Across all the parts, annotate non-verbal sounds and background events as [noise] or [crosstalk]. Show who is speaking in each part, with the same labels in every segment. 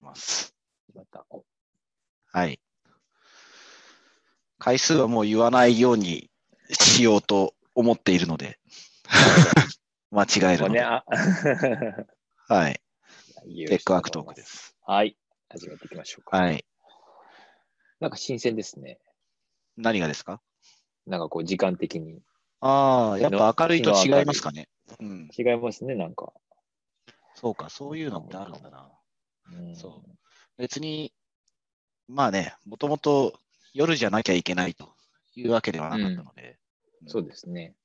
Speaker 1: ます。岩田子
Speaker 2: はい。回数はもう言わないようにしようと思っているの [laughs] で、間違える
Speaker 1: こ
Speaker 2: の
Speaker 1: れね
Speaker 2: で、
Speaker 1: あ [laughs]
Speaker 2: はい。
Speaker 1: いいよ
Speaker 2: テックワークトークです。
Speaker 1: はい。始めていきましょうか。
Speaker 2: はい。
Speaker 1: なんか新鮮ですね。
Speaker 2: 何がですか
Speaker 1: なんかこう、時間的に。
Speaker 2: ああ、やっぱ明るいと違いますかね。うん。
Speaker 1: 違いますね、なんか。
Speaker 2: そうか、そういうのってあるんだな。
Speaker 1: うん
Speaker 2: そ別に、まあね、もともと夜じゃなきゃいけないというわけではなかったので、うん
Speaker 1: そうですね。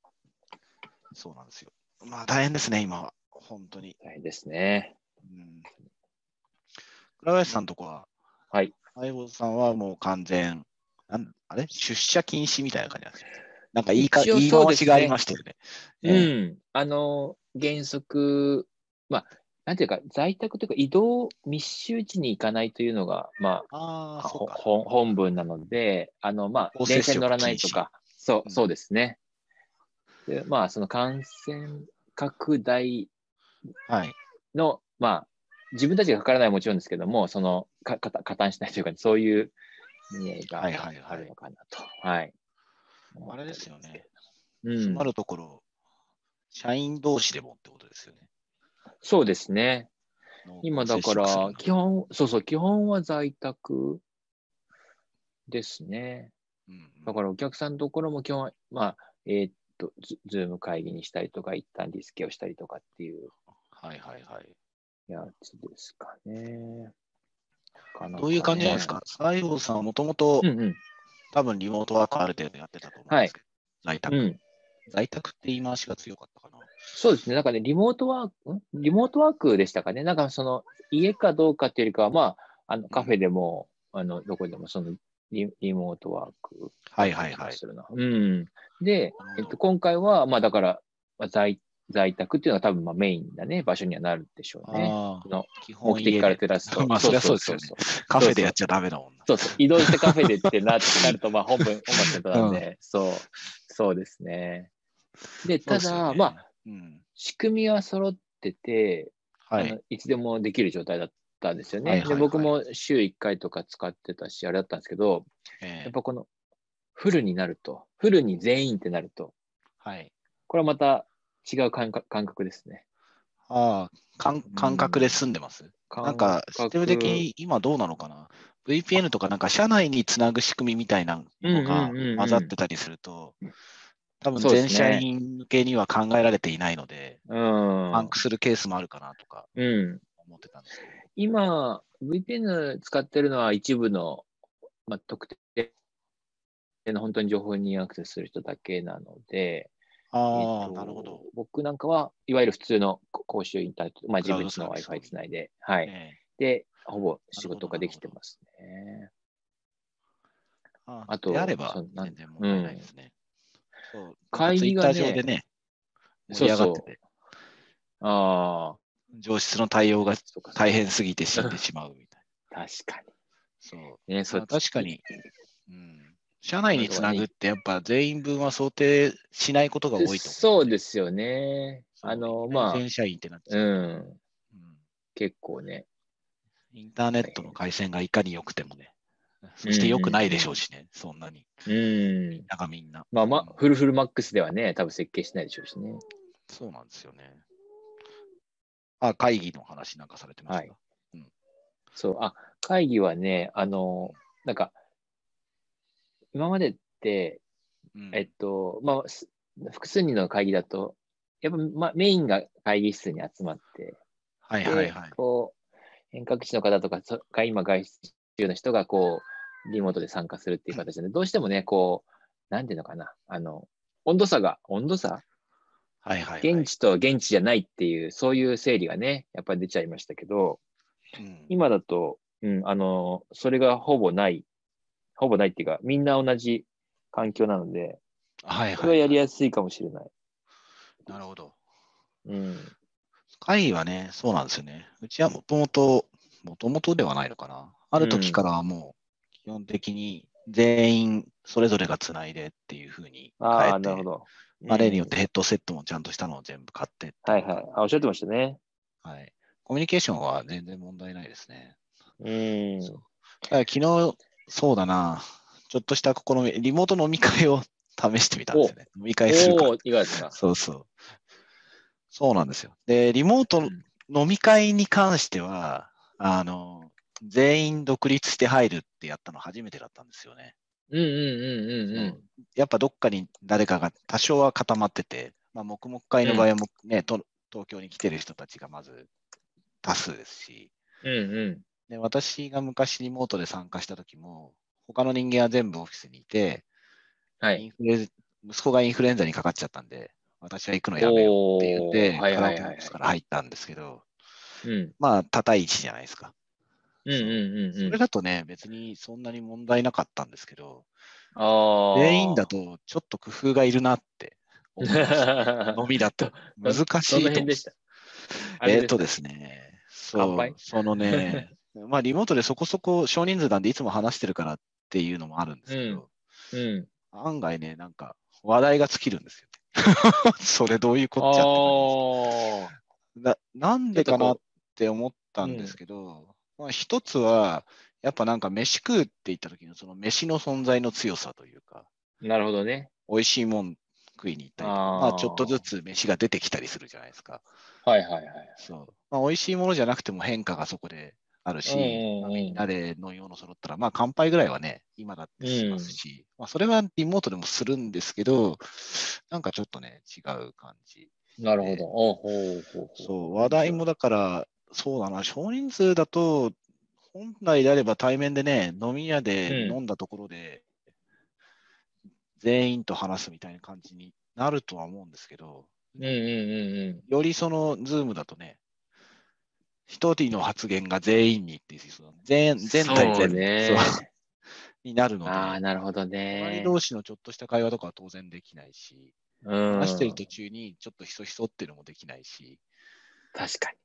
Speaker 2: そうなんですよ。まあ大変ですね、今は。本当に。
Speaker 1: 大変ですね。
Speaker 2: うん倉林さんとこは、
Speaker 1: はい。
Speaker 2: 相棒さんはもう完全、なんあれ出社禁止みたいな感じなんですよ。なんか言いか
Speaker 1: 一応
Speaker 2: 言い
Speaker 1: そう
Speaker 2: 回
Speaker 1: です
Speaker 2: し
Speaker 1: ね
Speaker 2: がありましたよね。
Speaker 1: う
Speaker 2: ええ
Speaker 1: ん。あの、原則、まあ、なんていうか、在宅というか、移動、密集地に行かないというのが、まあ、
Speaker 2: ああ、そ
Speaker 1: ほ
Speaker 2: うか。
Speaker 1: ほ本文なので、あの、まあ、
Speaker 2: 強制
Speaker 1: 電車に乗らないと
Speaker 2: 接
Speaker 1: か、そうう、
Speaker 2: ん
Speaker 1: そうですね。でまあ、その感染拡大
Speaker 2: はい。
Speaker 1: の、まあ、自分たちがかからないはもちろんですけども、その、かかた加担しないというか、そういう意味合
Speaker 2: はいはいいはい
Speaker 1: があるのかなと。はい。
Speaker 2: あれですよね。
Speaker 1: う
Speaker 2: つ
Speaker 1: ん
Speaker 2: ま。るところ、社員同士でもってことですよね。
Speaker 1: そうですね。今だか
Speaker 2: 接触するの
Speaker 1: ら
Speaker 2: は、
Speaker 1: 基本、そうそう、基本は在宅ですね。
Speaker 2: うんうん
Speaker 1: だからお客さんのところも基本は、まあ、えーっと、ズズーム会議にしたりとか、一旦リスケをしたりとかっていう
Speaker 2: はいはいはい。
Speaker 1: やつですかね。かなかね
Speaker 2: どういう感じなんですか西郷さんはもともと
Speaker 1: うんうん。
Speaker 2: 多分リモートワークある程度やってたと思うんですけど、在宅、
Speaker 1: うん。
Speaker 2: 在宅って言い回しが強かったかな。
Speaker 1: そうですね。なんかね、リモートワーク、んリモートワークでしたかね。なんかその、家かどうかっていうよりかは、まあ、あのカフェでも、あの、どこでも、そのリ、リモートワーク
Speaker 2: はいはいはい。
Speaker 1: するな。うん。で
Speaker 2: なるほ、
Speaker 1: え
Speaker 2: ど
Speaker 1: っと、今回は、まあだから、まあ在在宅っていうのが多分まあメインだね、場所にはなるでしょうね。
Speaker 2: ああ
Speaker 1: その
Speaker 2: 基本
Speaker 1: 目的から
Speaker 2: 家で
Speaker 1: 照らすと。
Speaker 2: まあそりゃそうですよね
Speaker 1: そう
Speaker 2: カフェでやっちゃダメだもんな。
Speaker 1: そうそう移動してカフェでってななると、まあ本文、本末だんで、そう、そうですね。で、
Speaker 2: そうで
Speaker 1: た
Speaker 2: す
Speaker 1: だ、
Speaker 2: よね
Speaker 1: まあ、、
Speaker 2: うん、
Speaker 1: 仕組みは揃ってて、
Speaker 2: は
Speaker 1: あの
Speaker 2: い、
Speaker 1: いつでもできる状態だったんですよね。
Speaker 2: はいはいはい
Speaker 1: で僕も週1回とか使ってたし、あれだったんですけど、
Speaker 2: え
Speaker 1: やっ
Speaker 2: ー
Speaker 1: ぱこのフルになると、フルに全員ってなると、
Speaker 2: はい。
Speaker 1: これはまた違う感覚感覚ですね。
Speaker 2: ああ、感感覚で済んでます。なんか、シ
Speaker 1: 感
Speaker 2: ス
Speaker 1: 覚
Speaker 2: テム的に今どうなのかな ?VPN とかなんか社内につなぐ仕組みみたいなのが
Speaker 1: うんうんうんうん
Speaker 2: 混ざってたりすると、多分
Speaker 1: そうです
Speaker 2: 全社
Speaker 1: ね
Speaker 2: 員向けには考えられていないので、
Speaker 1: うん
Speaker 2: パンクするケースもあるかなとか
Speaker 1: うん、
Speaker 2: 思ってたんですけど。
Speaker 1: 今、VPN 使ってるのは一部の、まあ、特定の本当に情報にアクセスする人だけなので、
Speaker 2: あ
Speaker 1: え
Speaker 2: あ、
Speaker 1: っと
Speaker 2: なるほど。
Speaker 1: 僕なんかはいわゆる普通のこ公衆インターネット、まあ、
Speaker 2: ク
Speaker 1: 自
Speaker 2: ラウ
Speaker 1: 分
Speaker 2: ド
Speaker 1: ちの
Speaker 2: サービス
Speaker 1: Wi-Fi つないで、はい、
Speaker 2: ええ
Speaker 1: で、ほぼ仕事ができてますね。
Speaker 2: あ
Speaker 1: あと
Speaker 2: であれば
Speaker 1: そん、な
Speaker 2: 全然問題ないですね。そう
Speaker 1: 会議がね
Speaker 2: ツイッター上でね、盛
Speaker 1: そうそう
Speaker 2: り上がってて、
Speaker 1: ああ、
Speaker 2: 上質の対応が
Speaker 1: そうかそうか
Speaker 2: 大変すぎて死んでしまうみたいな。
Speaker 1: 確か
Speaker 2: そう
Speaker 1: に。ね、そ
Speaker 2: まあ
Speaker 1: っち
Speaker 2: 確かに、うん、社内につなぐって、やっぱ全員分は想定しないことが多いと思う。
Speaker 1: そうですよね。
Speaker 2: そう。
Speaker 1: あの、まあ、
Speaker 2: 全社員ってなっちゃ
Speaker 1: う
Speaker 2: う、
Speaker 1: ん、
Speaker 2: うん
Speaker 1: 結構ね。
Speaker 2: インターネットの回線がいかに良くてもね、そして良くないでしょうしね、そんなに。
Speaker 1: うん。
Speaker 2: なんかみんな。
Speaker 1: まあま
Speaker 2: う
Speaker 1: あ、
Speaker 2: ん
Speaker 1: フルフルマックスではね、多分設計しないでしょうしね。
Speaker 2: そうなんですよね。あ、会議の話なんかされてました。
Speaker 1: はいそう、あ、会議はね、あの、なんか、今までって、
Speaker 2: うん
Speaker 1: えっと、まあ、す複数人の会議だと、やっぱ、まあ、メインが会議室に集まって、
Speaker 2: はい
Speaker 1: で
Speaker 2: はいはい。
Speaker 1: こう、遠隔地の方とかそが今外出中の人が、こう、リモートで参加するっていう形で、どうしてもね、こう、なんていうのかな、あの、温度差が、温度差
Speaker 2: はいはい、はい。
Speaker 1: 現地と現地じゃないっていう、そういう整理がね、やっぱり出ちゃいましたけど、
Speaker 2: うん
Speaker 1: 今だと、うん、あの、それがほぼない、ほぼないっていうか、みんな同じ環境なので、
Speaker 2: はい
Speaker 1: そ
Speaker 2: は、
Speaker 1: れはいやりやすいかもしれない。
Speaker 2: なるほど。
Speaker 1: うん。
Speaker 2: 会議はね、そうなんですよね。うちはもともと、もともとではないのかな。ある時からはもう、基本的に全員それぞれがつないでっていうふうに
Speaker 1: あ
Speaker 2: 変
Speaker 1: あ、
Speaker 2: えて、
Speaker 1: なるほど。。
Speaker 2: まあ、例によっててヘッドセットもちゃんとしたのを全部買ってって
Speaker 1: はいはい。あ、おっしゃってましたね。
Speaker 2: はい。コミュニケーションは全然問題ないですね。
Speaker 1: うん。
Speaker 2: だから昨日、そうだな、ちょっとした試み、リモート飲み会を試してみたんですよね。飲み会するか。。
Speaker 1: おおー、いかがですから
Speaker 2: そうそう。そうなんですよ。で、リモート
Speaker 1: うん
Speaker 2: 飲み会に関しては、あの、全員独立して入るってやったの初めてだったんですよね。
Speaker 1: うんうんうんうんうん。
Speaker 2: やっぱどっかに誰かが多少は固まってて、まあ、黙々会の場合はもうね、と東京に来てる人たちがまず多数ですし、
Speaker 1: うんうん。
Speaker 2: で私が昔リモートで参加した時も、他の人間は全部オフィスにいて、
Speaker 1: はい
Speaker 2: イ。ンフルエン息子がインフルエンザにかかっちゃったんで、私は行くのやめようって言って、
Speaker 1: おーはいはいはいはい
Speaker 2: カラオケボックスから入ったんですけど、
Speaker 1: うんうん
Speaker 2: まあ、たたいじゃないですか。
Speaker 1: うんうん
Speaker 2: そ
Speaker 1: うん
Speaker 2: れ。だとね、別にそんなに問題なかったんですけど、
Speaker 1: ああ。
Speaker 2: 全員だ。とちょっと工夫がいるなって思いま
Speaker 1: [laughs]
Speaker 2: した。飲みだと難し
Speaker 1: ど
Speaker 2: い
Speaker 1: の
Speaker 2: と思
Speaker 1: 辺
Speaker 2: う
Speaker 1: で
Speaker 2: [laughs]
Speaker 1: したあれ
Speaker 2: え
Speaker 1: です
Speaker 2: っとですね、そ
Speaker 1: 乾杯
Speaker 2: う、そのね、
Speaker 1: [laughs]
Speaker 2: まあリモートでそこそこ少人数なんでいつも話してるからっていうのもあるんですけど、
Speaker 1: うん。
Speaker 2: 案外ね、なんか話題が尽きるんですよね。 [laughs] それどういうこっちゃっ
Speaker 1: ああ。
Speaker 2: てななんでか
Speaker 1: ちょ
Speaker 2: な
Speaker 1: っ
Speaker 2: っ
Speaker 1: とこ
Speaker 2: て思ったんですけど、まあ一つは、やっぱなんか飯食うって言った時のその飯の存在の強さというか、
Speaker 1: なるほどね。
Speaker 2: 美味しいもん食いに行ったりとか、
Speaker 1: あー
Speaker 2: まあちょっとずつ飯が出てきたりするじゃないですか。
Speaker 1: はいはいはい。
Speaker 2: そう。まあ、美味しいものじゃなくても変化がそこであるし、
Speaker 1: うんうんうん
Speaker 2: まあみんなで飲み物揃ったら、まあ乾杯ぐらいはね、今だってしますし、まあそれはリモートでもするんですけど、なんかちょっとね、違う感じ。
Speaker 1: なるほど。おうほうほうほう
Speaker 2: そう、話題もだから、そうだな、少人数だと、本来であれば対面でね、飲み屋で
Speaker 1: うん
Speaker 2: 飲んだところで、全員と話すみたいな感じになるとは思うんですけど、
Speaker 1: うんうんうん
Speaker 2: よりその、ズームだとね、一人の発言が全員にっていう、その全全体
Speaker 1: そ
Speaker 2: 全
Speaker 1: うね
Speaker 2: そうになる
Speaker 1: う
Speaker 2: の
Speaker 1: ん。
Speaker 2: で、
Speaker 1: ああ、なるほど
Speaker 2: 隣
Speaker 1: ね。
Speaker 2: 同士のちょっとした会話とかは当然できないし、
Speaker 1: うん。
Speaker 2: 話してる途中にちょっとひそひそっていうのもできないし、
Speaker 1: 確かに。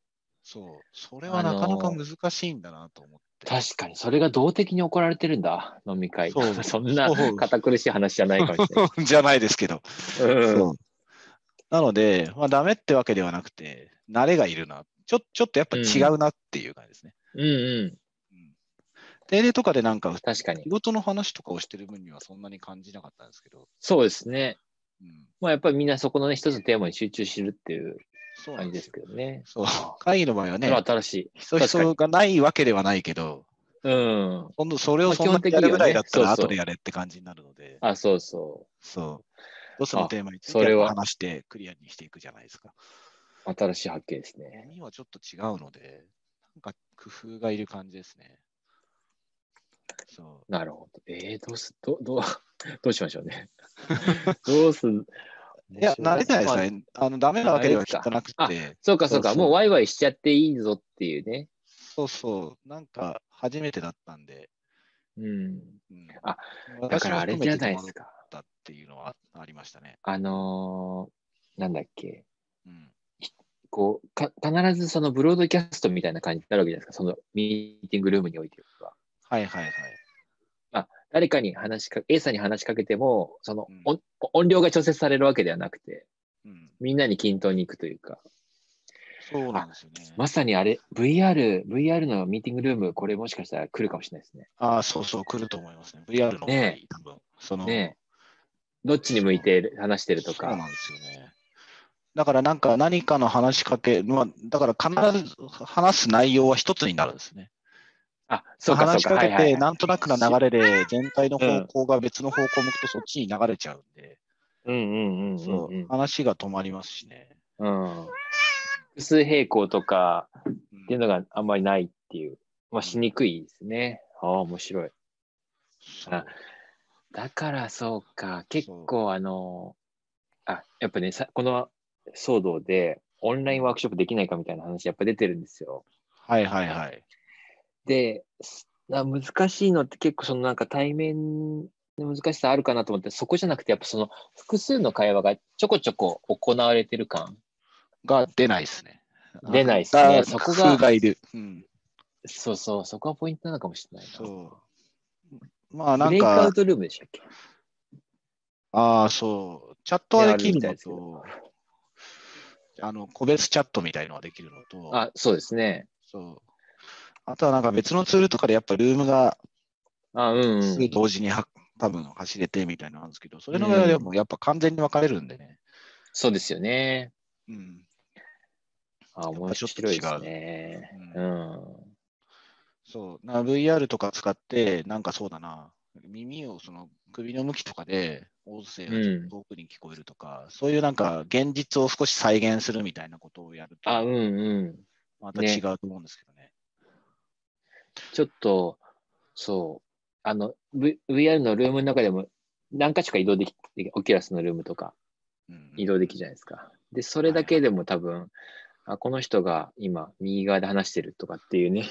Speaker 2: そう、それはなかなか難しいんだなと思って。
Speaker 1: 確かに。それが動的に怒られてるんだ。飲み会。
Speaker 2: そう
Speaker 1: [laughs] そんな
Speaker 2: そう
Speaker 1: 堅苦しい話じゃないかもしれな
Speaker 2: [laughs]
Speaker 1: い。
Speaker 2: じゃないですけど。
Speaker 1: うん
Speaker 2: そうなので、まあ、ダメってわけではなくて、慣れがいるな。ちょちょっとやっぱ違うなっていう感じですね。
Speaker 1: うんうん。
Speaker 2: うん定例とかでなんか、
Speaker 1: 確かに
Speaker 2: 仕。事の話とかをしてる分にはそんなに感じなかったんですけど、
Speaker 1: そうですね。
Speaker 2: うん、
Speaker 1: まあやっぱりみんなそこのね、一つのテーマに集中するっていう
Speaker 2: そうな
Speaker 1: 感
Speaker 2: ん
Speaker 1: じで
Speaker 2: ですす
Speaker 1: けどね。
Speaker 2: そう会議の場合はね
Speaker 1: それ、は新しい。
Speaker 2: ひそひそがないわけではないけど、
Speaker 1: うん。
Speaker 2: 今度それ
Speaker 1: ま
Speaker 2: を
Speaker 1: あ
Speaker 2: そんなにやるぐらいだったら
Speaker 1: 基本的にはねそうそう
Speaker 2: 後でやれって感じになるので、
Speaker 1: あ、そうそ
Speaker 2: そう。一つのテーマについ
Speaker 1: あそ
Speaker 2: て
Speaker 1: れは
Speaker 2: やっぱ話してクリアにしていくじゃないですか。
Speaker 1: う。新しい発見ですね。
Speaker 2: 耳はちょっと違うので、なんか工夫がいる感じですね。そ
Speaker 1: なるほど。えー、どうす、ど、どう、 [laughs] どうしましょう [laughs] ね。どうすん。
Speaker 2: う。いや、慣れないです
Speaker 1: まあ
Speaker 2: ね。あの、ダメなわけではきっとなく
Speaker 1: あ
Speaker 2: て、
Speaker 1: そうかそう
Speaker 2: そ
Speaker 1: か、
Speaker 2: うそう
Speaker 1: もうワイワイしちゃっていいぞっていうね。
Speaker 2: そうそう、なんか初めてだったんで、
Speaker 1: うん。
Speaker 2: うん
Speaker 1: あ、だからあれじゃないです。か。
Speaker 2: だっていうのはありましたね。
Speaker 1: あのー、なんだっけ。
Speaker 2: うん。
Speaker 1: こうか、必ずそのブロードキャストみたいな感じになるわけじゃないですか。そのミーティングルームにおいては。
Speaker 2: はいはいはい。
Speaker 1: 誰かに話しか、A さんに話しかけても、その
Speaker 2: うん
Speaker 1: 音音量が調節されるわけではなくて、
Speaker 2: うん。
Speaker 1: みんなに均等に行くというか。
Speaker 2: そうなんですよね。
Speaker 1: まさにあれ、VR、VR のミーティングルーム、これもしかしたら来るかもしれないですね。
Speaker 2: ああ、そうそう、来ると思いますね。VR の方がいい、多分。その、
Speaker 1: ねえ。どっちに向いて話してると
Speaker 2: そうな
Speaker 1: か。
Speaker 2: んですよね。だからなんか何かの話しかけ、まあ、だから必ず話す内容は一つになるんですね。
Speaker 1: あ、そうかそう
Speaker 2: 話し
Speaker 1: か。
Speaker 2: か
Speaker 1: はい
Speaker 2: け
Speaker 1: はい
Speaker 2: て、
Speaker 1: はい。
Speaker 2: なんとなくな流れで全体の方向が別の方向向くとそっちに流れちゃうんで、
Speaker 1: うんうんうんう
Speaker 2: そ
Speaker 1: ん
Speaker 2: う話が止まりますしね。
Speaker 1: うん。うん。複数平行とか
Speaker 2: うん
Speaker 1: っていうのがあんまりないっていう。まあ、しにくいですね。ああ、面白い。
Speaker 2: そう
Speaker 1: あだからそうか。結構あの、あ、やっぱね、さこの騒動でオンラインワークショップできないかみたいな話やっぱ出てるんですよ。
Speaker 2: はいはいはい。
Speaker 1: で、すあ難しいのって結構そのなんか対面の難しさあるかなと思って、そこじゃなくてやっぱその複数の会話がちょこちょこ行われてる感。
Speaker 2: が出ないですね。
Speaker 1: 出ないっすね
Speaker 2: あ
Speaker 1: そこが
Speaker 2: 工夫がいる。うん。
Speaker 1: そうそう、そこはポイントなのかもしれないな。
Speaker 2: そう。まあな
Speaker 1: ブレ
Speaker 2: ん
Speaker 1: イクア
Speaker 2: か
Speaker 1: ウ、トルームでしたっけ
Speaker 2: ああ、そう。チャットはできる
Speaker 1: ねあるみ
Speaker 2: の
Speaker 1: たいですけど
Speaker 2: と、あの、個別チャットみたいのはできるのと、
Speaker 1: あ、そうですね。
Speaker 2: そう。あとはなんか別のツールとかでやっぱルームが
Speaker 1: あ、うん、うん。
Speaker 2: すぐ同時には、多分走れてみたいなのなんですけど、それの場合はでもやっぱ完全に分かれるんでね。
Speaker 1: そうですよね。
Speaker 2: うん。
Speaker 1: あ、
Speaker 2: やっ
Speaker 1: 面
Speaker 2: ぱちょ
Speaker 1: 白
Speaker 2: っと違う
Speaker 1: いですね。
Speaker 2: う
Speaker 1: うんん。
Speaker 2: そう。な VR とか使って、なんかそうだな。耳をその首の向きとかで音声がちょっと遠くに聞こえるとか、そういうなんか現実を少し再現するみたいなことをやると、
Speaker 1: あ、うんうん。
Speaker 2: また違うと思うんですけどね。
Speaker 1: ちょっと、そう。あの、v、VR のルームの中でも何箇所か移動できて、オキュラスのルームとか
Speaker 2: うん
Speaker 1: 移動できるじゃないですか。で、それだけでも多分、あこの人が今、右側で話してるとかっていうね。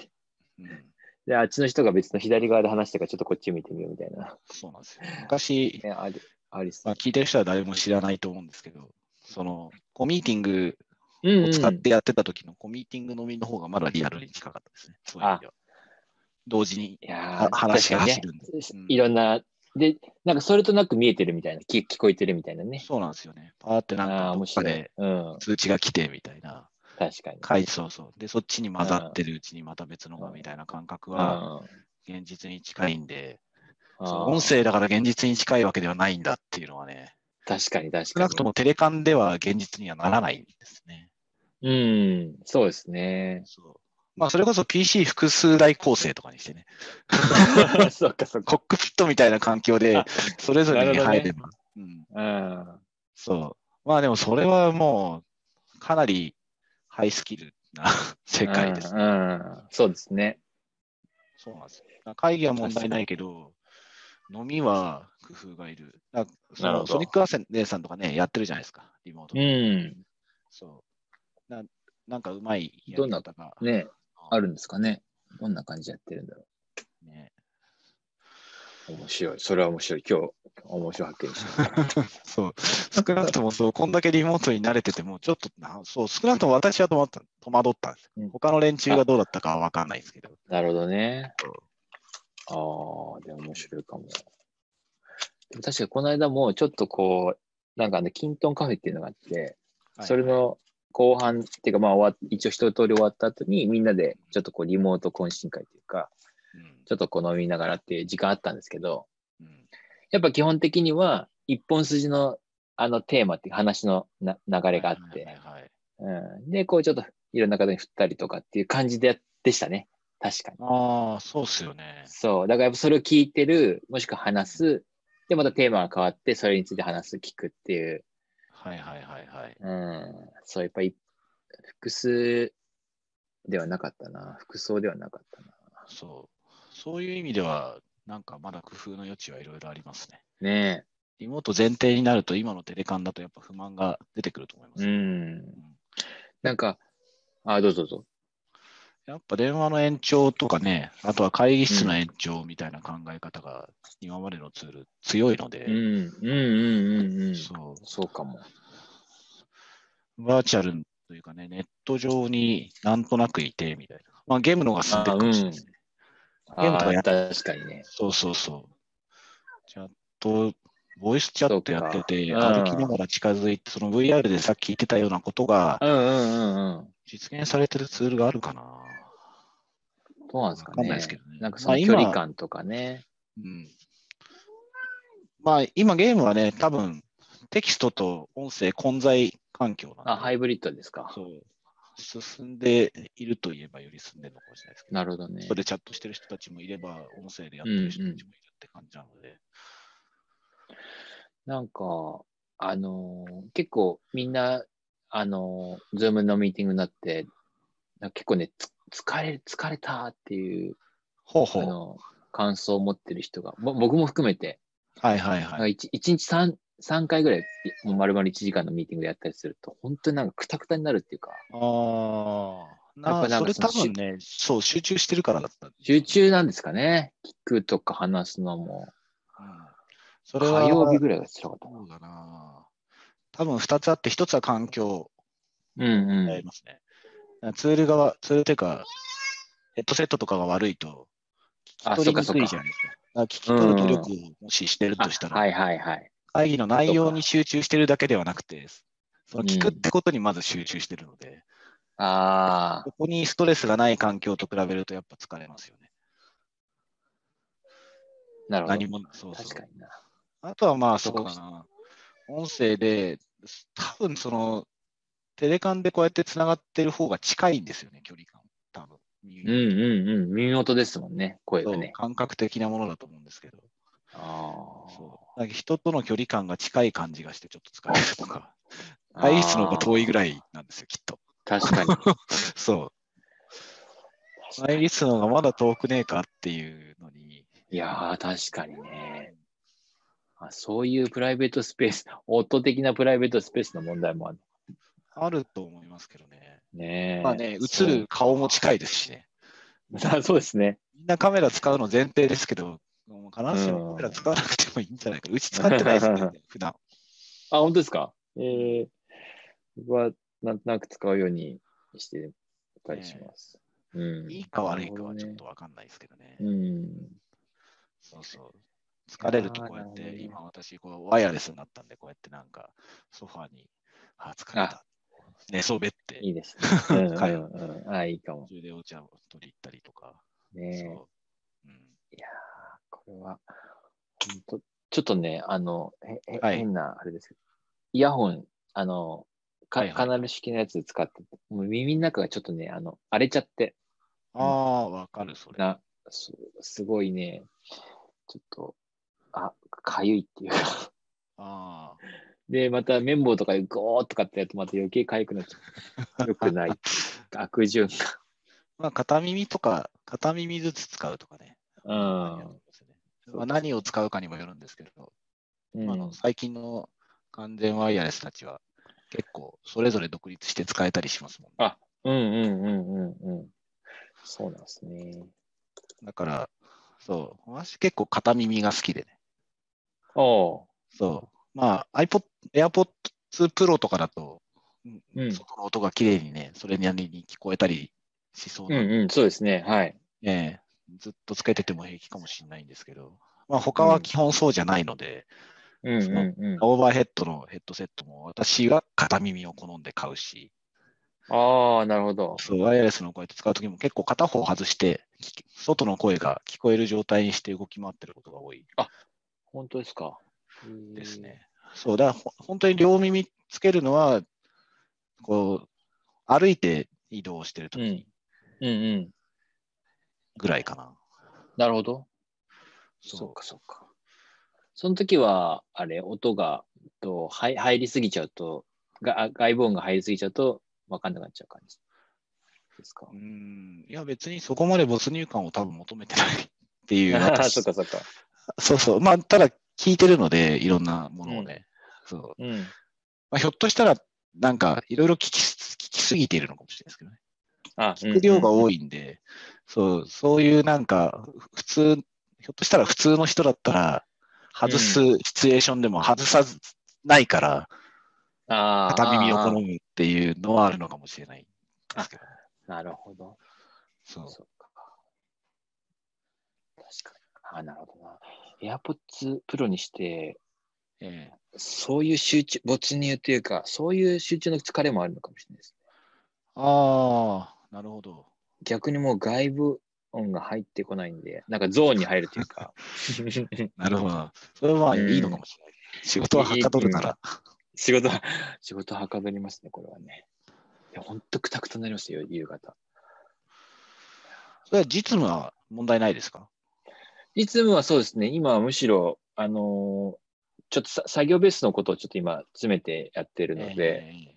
Speaker 2: うん
Speaker 1: で、あっちの人が別の左側で話してるから、ちょっとこっち見てみようみたいな。
Speaker 2: そうなんですよ。昔、
Speaker 1: ね、あり、ありそ
Speaker 2: ま
Speaker 1: う
Speaker 2: あ、。聞いてる人は誰も知らないと思うんですけど、そのコミーティング
Speaker 1: うんう
Speaker 2: を
Speaker 1: ん、
Speaker 2: 使ってやってた時のコミーティングのみの方がまだリアルに近かったですね。そういう意味では。同時に
Speaker 1: いや
Speaker 2: は
Speaker 1: ー
Speaker 2: 話が
Speaker 1: 確か
Speaker 2: 走
Speaker 1: にね
Speaker 2: るんで、うん
Speaker 1: いろんな、で、なんかそれとなく見えてるみたいな、聞聞こえてるみたいなね。
Speaker 2: そうなんですよね。パーってなん
Speaker 1: ああ
Speaker 2: かど
Speaker 1: ー、面
Speaker 2: っか
Speaker 1: 白い
Speaker 2: で。
Speaker 1: うん、
Speaker 2: 通知が来てみたいな。
Speaker 1: 確かに。
Speaker 2: はい、そうそう。で、そっちに混ざってるうちにまた別のがみたいな感覚は
Speaker 1: うん
Speaker 2: 現実に近いんで、そう
Speaker 1: あー
Speaker 2: 音声だから現実に近いわけではないんだっていうのはね、
Speaker 1: 確かに確
Speaker 2: 少
Speaker 1: か
Speaker 2: なくと
Speaker 1: に。
Speaker 2: もテレカンでは現実にはならないんですね。。
Speaker 1: うん、そうですね
Speaker 2: [laughs] そうまあ、それこそ PC 複数台構成とかにしてね、
Speaker 1: そうかそうか。
Speaker 2: コックピットみたいな環境で
Speaker 1: あ、
Speaker 2: それぞれに
Speaker 1: なるほどね
Speaker 2: 入れば、うん。
Speaker 1: うん、
Speaker 2: そう。まあでも、それはもう、かなりハイスキル
Speaker 1: [laughs]
Speaker 2: な世界です
Speaker 1: う。んうんそうですね。
Speaker 2: そうなんですよ。会議は問題ないけど、飲みは工夫がいる。だそ
Speaker 1: なるほ
Speaker 2: の
Speaker 1: ど
Speaker 2: ソニックアセン姉さんとかね、やってるじゃないですか、リモート
Speaker 1: う
Speaker 2: で。
Speaker 1: ん。
Speaker 2: そうな。なんかうまいやり方が、
Speaker 1: ね、あるんですかね。どんな感じやってるんだろ
Speaker 2: ね。
Speaker 1: う。面白い。それは面白い。今日、面白い発見でした。
Speaker 2: そう、少なくともそう、こんだけリモートに慣れてても、ちょっとな、そう、少なくとも私は戸惑った戸惑ったんです
Speaker 1: う
Speaker 2: よ
Speaker 1: ん。
Speaker 2: 他の連中がどうだったかは分かんないですけど。
Speaker 1: なるほどね。ああ、でも面白いかも。でも確かこの間もちょっとこう、なんかあの、キントンカフェっていうのがあって、それ
Speaker 2: はい
Speaker 1: の後半っていうか、まあ終わっ、一応一通り終わった後に、みんなでちょっとこう、リモート懇親会というか、ちょっとこう飲みながらっていう時間あったんですけど、
Speaker 2: うんうん
Speaker 1: やっぱ基本的には、一本筋のあのテーマっていうか話のな流れがあっ
Speaker 2: はい
Speaker 1: て、
Speaker 2: はいはい
Speaker 1: うん、で、こうちょっといろんな方に振ったりとかっていう感じででしたね。確かに。
Speaker 2: ああ、そうっすよね。
Speaker 1: そう。だからやっぱそれを聞いてる、もしくは話す。で、またテーマが変わって、それについて話す、聞くっていう。
Speaker 2: はいはいはいはい。
Speaker 1: うん。そう、やっぱり、複数ではなかったな。服装ではなかったな。
Speaker 2: そう。そういう意味では、なんかまだ工夫の余地はいろいろありますね。
Speaker 1: ね
Speaker 2: リモート前提になると、今のテレカンだとやっぱ不満が出てくると思いま
Speaker 1: え。
Speaker 2: す。
Speaker 1: うん
Speaker 2: う。ん
Speaker 1: なんか、あ、どうぞどうぞ。
Speaker 2: やっぱ電話の延長とかね、あとは会議室の延長みたいな考え方が今までのツール強いの
Speaker 1: うん。
Speaker 2: で、
Speaker 1: うんうんうんうん。
Speaker 2: そ
Speaker 1: そうかも。
Speaker 2: う、バーチャルというかね、ネット上になんとなくいてみたいな。まあゲームの方が進んでるかもしれないですね。ゲーム
Speaker 1: あ
Speaker 2: とかや
Speaker 1: あ、
Speaker 2: っ
Speaker 1: 確かにね。
Speaker 2: そうそうそう。チャット、ボイスチャットやってて、
Speaker 1: そうかう
Speaker 2: 歩
Speaker 1: ん
Speaker 2: きながら近づいて、その VR でさっき言ってたようなことが
Speaker 1: うんうんうんうん。
Speaker 2: 実現されてるツールがあるかな。
Speaker 1: どうなんですかね。
Speaker 2: わかんないですけどね
Speaker 1: なんかその距離感とかね。
Speaker 2: うんまあ、今ゲームはね、多分テキストと音声混在環境
Speaker 1: あ、
Speaker 2: なんで、
Speaker 1: ハイブリッドですか。
Speaker 2: そう進んでいるといえばより進んでるのかもしれないですけど、
Speaker 1: なるほどね
Speaker 2: そ。れでチャットしてる人たちもいれば、音声でやってる人たちもいるって感じなので、
Speaker 1: なんか、あのー結構みんな、あのー、ズームのミーティングになって、なんか結構ね、つ疲れ、疲れたっていう、
Speaker 2: ほう
Speaker 1: あ
Speaker 2: ほう、
Speaker 1: の感想を持ってる人が、ぼ僕も含めて、
Speaker 2: はいはい
Speaker 1: な
Speaker 2: はい。
Speaker 1: んか 1, 日 3, 3回ぐらい、もう丸々1時間のミーティングでやったりすると、本当になんかクタクタになるっていうか、
Speaker 2: ああ、な
Speaker 1: やっぱな
Speaker 2: そ
Speaker 1: んか
Speaker 2: れ
Speaker 1: その
Speaker 2: 多分ね、そう、集中してるからだったんでしょうね
Speaker 1: 集、中なんですかね。聞くとか話すのも、
Speaker 2: うんそれは
Speaker 1: 火曜日ぐらいが辛かったな。
Speaker 2: そうだな。多分2つあって、1つは環境
Speaker 1: うんう
Speaker 2: あり
Speaker 1: ん。
Speaker 2: ますね。ツールが、ツールというか、ヘッドセットとかが悪いと、
Speaker 1: あ、
Speaker 2: 聞
Speaker 1: そ
Speaker 2: き
Speaker 1: うか
Speaker 2: 取
Speaker 1: そ
Speaker 2: り
Speaker 1: う
Speaker 2: にくいじ
Speaker 1: か
Speaker 2: ゃ。ないですか。だから聞き取る努力をもししてる
Speaker 1: あ
Speaker 2: としたら、
Speaker 1: はいはいはい。
Speaker 2: 会議の内容に集中してるだけではなくて、その聞くってことにまず集中してるので、
Speaker 1: ああ
Speaker 2: こ、こにストレスがない環境と比べるとやっぱ疲れますよね。
Speaker 1: なるほ
Speaker 2: 何
Speaker 1: ど。
Speaker 2: もな、そうそう
Speaker 1: 確かにな。
Speaker 2: あとはまあ、そう
Speaker 1: そう
Speaker 2: かな。音声で、多分その、テレカンでこうやってつながってる方が近いんですよね、距離感。多分。
Speaker 1: うんうんうん。耳元ですもんね、声
Speaker 2: そ
Speaker 1: が
Speaker 2: う
Speaker 1: ね。
Speaker 2: 感覚的なものだと思うんですけど。
Speaker 1: あ
Speaker 2: そうなんか人との距離感が近い感じがしてちょっと疲れるとか。
Speaker 1: あ。
Speaker 2: 会議室の方が遠いぐ
Speaker 1: い。
Speaker 2: らいなんですよ、きっと。
Speaker 1: 確かに。確
Speaker 2: そ
Speaker 1: か
Speaker 2: う。
Speaker 1: に
Speaker 2: 会議室の方がまだ遠くねえかっていうのに。
Speaker 1: いやー、確かにねあ。そういうプライベートスペース、夫的なプライベートスペースの問題もある
Speaker 2: あると思いますけどね。
Speaker 1: ね。
Speaker 2: まあね、映る顔も近いですしね。
Speaker 1: そう。 [laughs] そうですね。
Speaker 2: みんなカメラ使うの前提ですけど、もう必ずしもカメラ使わなくてもいいんじゃないか。うち使ってないです [laughs] ね、普段。
Speaker 1: あ、本当ですかえー、僕はなんとなく使うようにしてたりします。うん。
Speaker 2: いいか悪いかはちょっ
Speaker 1: なる
Speaker 2: とわかんないですけどね
Speaker 1: ほ。どね。うん。
Speaker 2: そうそう。疲れるとこうやって、今私、こうワイヤレスになったんで、こうやってなんか、ソファーに、あ、疲れた。寝そべって、
Speaker 1: いいですね。 [laughs] うん、
Speaker 2: はい
Speaker 1: うん、うん。あ、いいかも
Speaker 2: 途。中でお茶を取り行ったりとか。
Speaker 1: ね
Speaker 2: そう。うん
Speaker 1: いやーこれは、ほんとちょっとね、あの、へへ
Speaker 2: はい
Speaker 1: 変な、あれですけど、イヤホン、あの、か
Speaker 2: はいはい
Speaker 1: カナル式のやつ使ってて、もう耳の中がちょっとね、あの、荒れちゃって、
Speaker 2: ああ、わかる、それ。
Speaker 1: な、すすごいね、ちょっと、あ、かゆいっていうか。
Speaker 2: あー
Speaker 1: で、また綿棒とかでゴーッとかってやると、また余計かゆくなっちゃう。よく [laughs] ない。悪循
Speaker 2: まあ、片耳とか、片耳ずつ使うとかね。
Speaker 1: 環。
Speaker 2: まあ、何を使うかにもよるんですけど、
Speaker 1: うん。
Speaker 2: あの最近の完全ワイヤレスたちは結構それぞれ独立して使えたりしますもん、ね、
Speaker 1: あうんうんうんうんうん。そうなんですね。
Speaker 2: だから、そう、私結構片耳が好きでね。
Speaker 1: おう。
Speaker 2: そう。まあ iPod、AirPods Pro とかだと、うん
Speaker 1: うん
Speaker 2: 外の音が綺麗にね、それなりに聞こえたりしそう
Speaker 1: う
Speaker 2: なん
Speaker 1: んうん、そうですね。はい。
Speaker 2: で、ねずっとつけてても平気かもしれないんですけど、まあ他は基本そうじゃないので、
Speaker 1: うんうんうん。
Speaker 2: オーバーヘッドのヘッドセットも私は片耳を好んで買うし、
Speaker 1: ああ、なるほど。
Speaker 2: そう、ワイヤレスのこうやって使うときも結構片方外して、聞き外の声が聞こえる状態にして動き回ってることが多い
Speaker 1: 本当ですか。
Speaker 2: ですね。そう、だからほ本当に両耳つけるのは、こう、歩いて移動してると
Speaker 1: うん
Speaker 2: き。
Speaker 1: うんうん。
Speaker 2: ぐらいかな。
Speaker 1: なるほど。そうか、そうか。その時は、あれ、音が、と入入りすぎちゃうと、があ外部音が入りすぎちゃうと、わかんなくなっちゃう感じですか
Speaker 2: う。ん、いや別にそこまで没入感を多分求めてないって [laughs] いう
Speaker 1: ああ、
Speaker 2: 私
Speaker 1: [laughs] そっか、そっか。
Speaker 2: そうそう。まあ、ただ聞いてるので、いろんなものをね。そう。
Speaker 1: うん。
Speaker 2: まあ、ひょっとしたら、なんか、いろいろ聞きす、聞きすぎているのかもしれないですけどね。
Speaker 1: あ、
Speaker 2: 聞く量が
Speaker 1: い。
Speaker 2: 多いんで、そう、そういうなんか、ふ普通、ひょっとしたら普通の人だったら、外すシチュエーションでも外さず、ないから、
Speaker 1: ああ。
Speaker 2: 片耳を好
Speaker 1: あ
Speaker 2: むっていうのはあるのかもしれないですけど、ね、
Speaker 1: あなるほど。
Speaker 2: そう。
Speaker 1: そうか。確かに。ああ、なるほどな。AirPods Pro にして、
Speaker 2: ええ
Speaker 1: そういう集中、没入というか、そういう集中の疲れもあるのかもしれないです。
Speaker 2: ああ、なるほど。
Speaker 1: 逆にもう外部音が入ってこないんで、なんかゾーンに入るという
Speaker 2: [laughs]
Speaker 1: か。
Speaker 2: なるほど。それはいいのかもしれない。仕事ははかどるなら。
Speaker 1: 仕事は、仕事はかどりますね、これはね。いや、ほんとくたくたになりますよ、夕方。
Speaker 2: それは実務は問題ないですか
Speaker 1: いつもはそうですね、今はむしろ、あのーちょっとさ作業ベースのことをちょっと今詰めてやってるので、
Speaker 2: ええ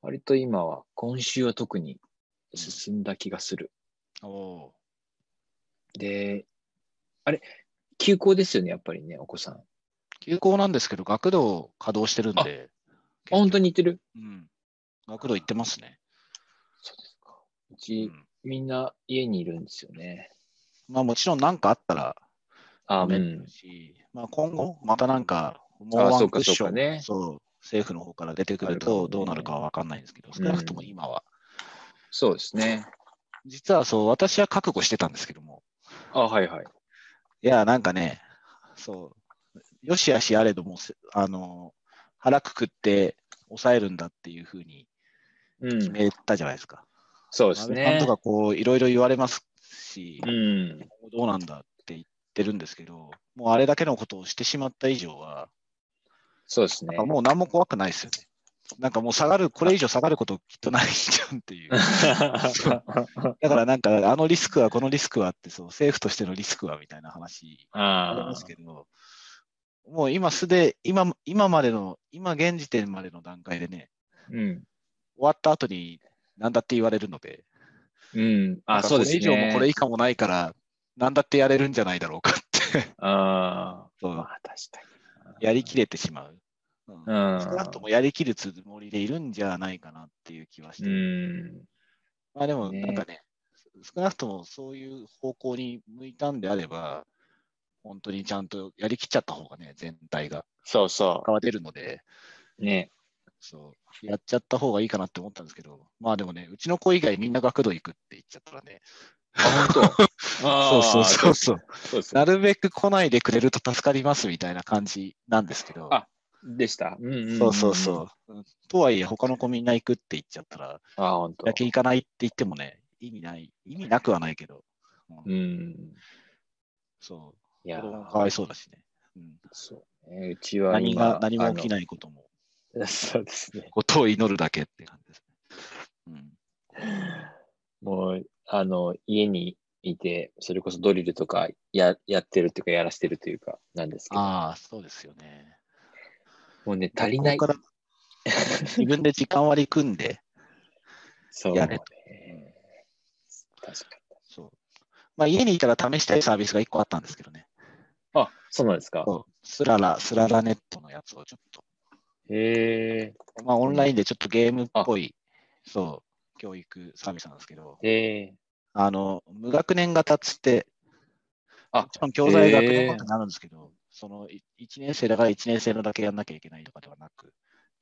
Speaker 1: 割と今は、今週は特に進んだ気がする。
Speaker 2: おお
Speaker 1: で、あれ、休校ですよね、やっぱりね、お子さん。あ、
Speaker 2: ー。休校なんですけど、学童稼働してるんで。
Speaker 1: 本当に言ってる
Speaker 2: うん。学童行ってますね。
Speaker 1: そうですか。う
Speaker 2: う
Speaker 1: ち、
Speaker 2: ん、
Speaker 1: みんな家にいるんですよね。
Speaker 2: まあもちろん何かあったら
Speaker 1: あ、う
Speaker 2: コメント
Speaker 1: ん
Speaker 2: する。し、まあ今後またなんか、もう
Speaker 1: あ
Speaker 2: ワ
Speaker 1: そ
Speaker 2: ン
Speaker 1: う
Speaker 2: ク
Speaker 1: か
Speaker 2: ッショ
Speaker 1: そう
Speaker 2: ン、
Speaker 1: かね
Speaker 2: そう政府の方から出てくる
Speaker 1: あるかも
Speaker 2: と
Speaker 1: ね
Speaker 2: どうなるかは分かんないんですけど、
Speaker 1: ん
Speaker 2: 少なくとも今は。
Speaker 1: そうですね。
Speaker 2: 実はそう、私は覚悟してたんですけども、
Speaker 1: あ、はいはい。
Speaker 2: いや、なんかね、そう、よしあしあれども、せあの、腹くくって抑えるんだっていうふうに
Speaker 1: う
Speaker 2: 決
Speaker 1: ん。
Speaker 2: めたじゃないですか。
Speaker 1: そうです
Speaker 2: 安倍さ
Speaker 1: ね
Speaker 2: ん。とかこういろいろ言われますし、
Speaker 1: うん。
Speaker 2: どうなんだって言ってるんですけど、もうあれだけのことをしてしまった以上は、
Speaker 1: そうですね。
Speaker 2: もう何も怖くないですよね。なんかもう下がる、これ以上下がることきっとないじゃんって
Speaker 1: [laughs]
Speaker 2: いう。そうだからなんか、あのリスクは、このリスクはって、そう、政府としてのリスクはみたいな話あり
Speaker 1: [laughs] あ
Speaker 2: [laughs]
Speaker 1: あ
Speaker 2: ま。すけど、もう今すで、今、今までの、今現時点までの段階でね、
Speaker 1: うん。
Speaker 2: 終わった後に何だって言われるので、
Speaker 1: うん。
Speaker 2: な
Speaker 1: あ、
Speaker 2: んか
Speaker 1: そうですね。
Speaker 2: これ以上もこれ以下もないから、何だってやれるんじゃないだろうか
Speaker 1: [laughs]
Speaker 2: って、
Speaker 1: ああ。
Speaker 2: そう
Speaker 1: まあ、確かに。
Speaker 2: やりきれてしまう。うん
Speaker 1: うん。
Speaker 2: 少なくともやりきるつもりでいるんじゃないかなっていう気はして
Speaker 1: う
Speaker 2: る、
Speaker 1: ん。
Speaker 2: まあでも
Speaker 1: ね
Speaker 2: なんかね、少なくともそういう方向に向いたんであれば、本当にちゃんとやりきっちゃった方がね、全体が
Speaker 1: そうそ
Speaker 2: 変わ出るので、
Speaker 1: う。ね。
Speaker 2: そう、やっちゃった方がいいかなって思ったんですけど、まあでもね、うちの子以外みんな学童行くって言っちゃったらね、
Speaker 1: あ、本当。 [laughs] あ
Speaker 2: そうそう
Speaker 1: あ
Speaker 2: そうそう、
Speaker 1: そうです
Speaker 2: なるべく来ないでくれると助かりますみたいな感じなんですけど、
Speaker 1: あでした。うんんんん
Speaker 2: そうそうそう。うんとはいえ、他の子みんな行くって言っちゃったら、
Speaker 1: あ、本当
Speaker 2: 野。球行かないって言ってもね、意味ない、意味なくはないけど、うん
Speaker 1: うん。
Speaker 2: そ、
Speaker 1: いうや
Speaker 2: 子供
Speaker 1: ー、
Speaker 2: かわいそうだしね。うん
Speaker 1: そうね。うちは
Speaker 2: 何
Speaker 1: 今
Speaker 2: が何も起きないことも、
Speaker 1: い。 [laughs] そうですね。
Speaker 2: ことを祈るだけって感じですね。
Speaker 1: もう、あの、家にいて、それこそドリルとかややってるっていうか、やらしてるというか、なんです
Speaker 2: う
Speaker 1: け
Speaker 2: ん、
Speaker 1: ど、
Speaker 2: ああ、そうですよね。
Speaker 1: もうね、足りない
Speaker 2: 学。校から [laughs] 自分で時間割り組んで、
Speaker 1: そう、
Speaker 2: やれ
Speaker 1: ね
Speaker 2: と。
Speaker 1: 確か
Speaker 2: そうまあ、家にいたら試したいサービスが1個あったんですけどね、
Speaker 1: に。あ、そうなんですか。
Speaker 2: そうスララ、スララネットのやつをちょっと
Speaker 1: へ
Speaker 2: まあ、オンラインでちょっとゲームっぽい、そう、教育サービスなんですけど、
Speaker 1: え。え
Speaker 2: あの、無学年型っつって、
Speaker 1: あ
Speaker 2: もちろん教材学
Speaker 1: へ
Speaker 2: 年
Speaker 1: え
Speaker 2: 型になるんですけど、その1年生だから1年生のだけやんなきゃいけないとかではなく、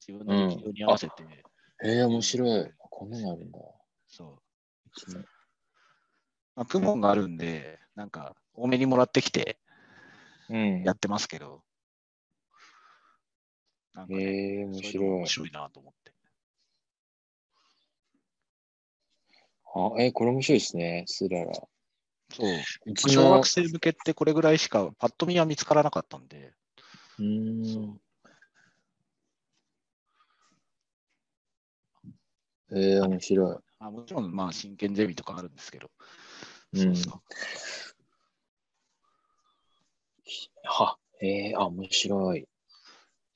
Speaker 2: 自分の力量に合わせて、
Speaker 1: え。へえ、面白い。こんなのあるんだ。
Speaker 2: そう、
Speaker 1: 一年
Speaker 2: まあ、クモンがあるんで、なんか多めにもらってきて
Speaker 1: うん
Speaker 2: やってますけど、なんかね、
Speaker 1: へえ、面
Speaker 2: そういうの
Speaker 1: 白い
Speaker 2: 面。白いなと思って。
Speaker 1: あ、え、これ面白いですね、スララ。
Speaker 2: そう
Speaker 1: うち
Speaker 2: 小
Speaker 1: の
Speaker 2: 学、生向けってこれぐらいしかパッと見は見つからなかったんで、
Speaker 1: うーん。ええ面白
Speaker 2: あもちろん、まあ、真剣ゼミとかあるんですけど。
Speaker 1: い。うん。は、ええあ、面白い。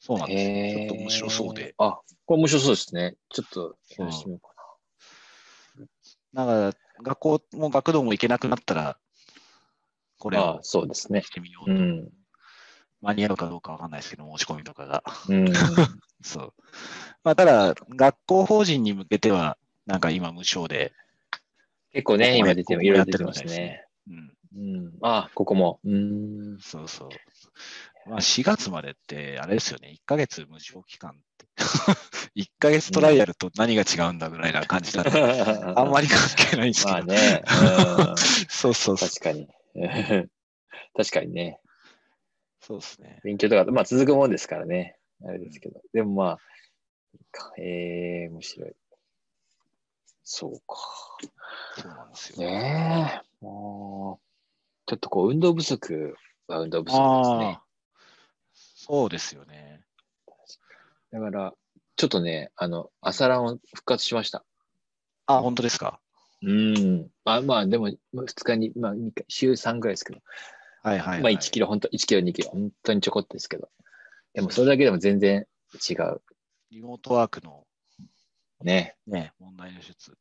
Speaker 2: そうなんですよ、
Speaker 1: ええ
Speaker 2: ちょっと面白そうで。。
Speaker 1: あ、これ面白そうですね。ちょっと、
Speaker 2: そう
Speaker 1: やらしてみようか
Speaker 2: だから、学校も学童も行けなくなったら、これ
Speaker 1: な。あ
Speaker 2: を
Speaker 1: そうですね
Speaker 2: し。てみよう
Speaker 1: う
Speaker 2: と。
Speaker 1: ん。
Speaker 2: 間に合うかどうかわかんないですけど、申し込みとかが。
Speaker 1: うん。
Speaker 2: そう。まあ、ただ、学校法人に向けては、なんか今無償で、
Speaker 1: 結構
Speaker 2: こ
Speaker 1: ね、
Speaker 2: こも
Speaker 1: 今出て
Speaker 2: ここ
Speaker 1: る、
Speaker 2: も
Speaker 1: いろい
Speaker 2: や
Speaker 1: ろ
Speaker 2: って
Speaker 1: 出て
Speaker 2: るみ
Speaker 1: ま
Speaker 2: たい
Speaker 1: す
Speaker 2: ですね
Speaker 1: ね。
Speaker 2: うん、
Speaker 1: うん。あ、ここも。うん。
Speaker 2: そうそう。まあ、4月までって、あれですよね、1ヶ月無償期間って。1ヶ月トライアルと何が違うんだぐらいな感じだ、ね、あんまり関係ないんですけど。
Speaker 1: まあね。うん [laughs]
Speaker 2: そうそうそう。
Speaker 1: 確かに。確かにね。
Speaker 2: そうですね。
Speaker 1: 勉強とか、まあ続くもんですからね。あれですけど。でもまあ、いいかえー、面白い。そうか。
Speaker 2: そうなんですよ。
Speaker 1: ねえ。もう、ちょっとこう、運動不足は運動不足ですね
Speaker 2: あ。あ、そうですよね。
Speaker 1: だから、ちょっとね、あの、朝ランを復活しました。
Speaker 2: あ、本当ですか。
Speaker 1: うん。あまあ、でも、2日に、まあ、二回週3ぐらいですけど、
Speaker 2: はいはい、はい。
Speaker 1: まあ、1キロ、本当1キロ、2キロ、本当にちょこっとですけど、でも、それだけでも全然違う。
Speaker 2: リモートワークの、
Speaker 1: ね。
Speaker 2: ね、問題の一つ。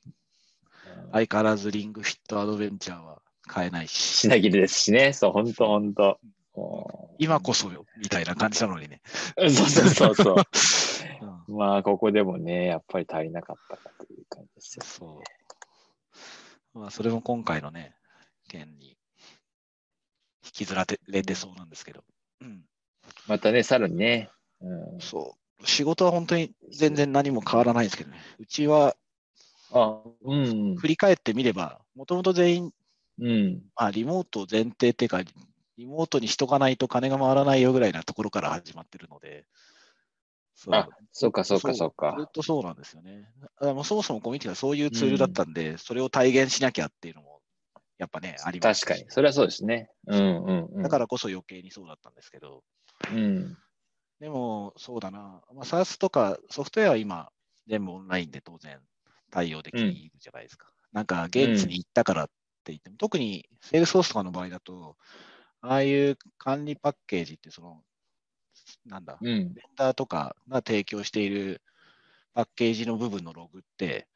Speaker 2: 相変わらずリングフィットアドベンチャーは買えないし、
Speaker 1: 品切れですしね。そう、本当本当もう
Speaker 2: 今こそよ、みたいな感じなのにね。
Speaker 1: そうそうそうそう。
Speaker 2: [laughs] うん
Speaker 1: まあ、ここでもね、やっぱり足りなかったかという感じですよ。
Speaker 2: そう。まあ、それも今回のね、件に引きずられてそうなんですけど。うん。
Speaker 1: またね、さらにね、うん、
Speaker 2: そう。仕事は本当に全然何も変わらないんですけどね。うちは
Speaker 1: あ、うん、
Speaker 2: 振り返ってみれば、もともと全員、
Speaker 1: うん、
Speaker 2: まあ、リモートを前提っていうか、リモートにしとかないと金が回らないよぐらいなところから始まってるので、そう
Speaker 1: あそうか、そうか、そう
Speaker 2: ずっ
Speaker 1: か。
Speaker 2: とそうなんですよね。あもうそもそもコミュニティがそういうツールだったんで、それを体現しなきゃっていうのも、やっぱね、あります
Speaker 1: 確かに。それはそうですね。うんうんうん。
Speaker 2: だからこそ余計にそうだったんですけど、
Speaker 1: ら、うん。
Speaker 2: でも、そうだな、まあ、SaaS とかソフトウェアは今、全部オンラインで当然対応できるじゃないですか。なんか、現地に行ったからって言っても、特にセールスフォースとかの場合だと、ああいう管理パッケージって、その、なんだ、
Speaker 1: うん。
Speaker 2: ベンダーとかが提供しているパッケージの部分のログって、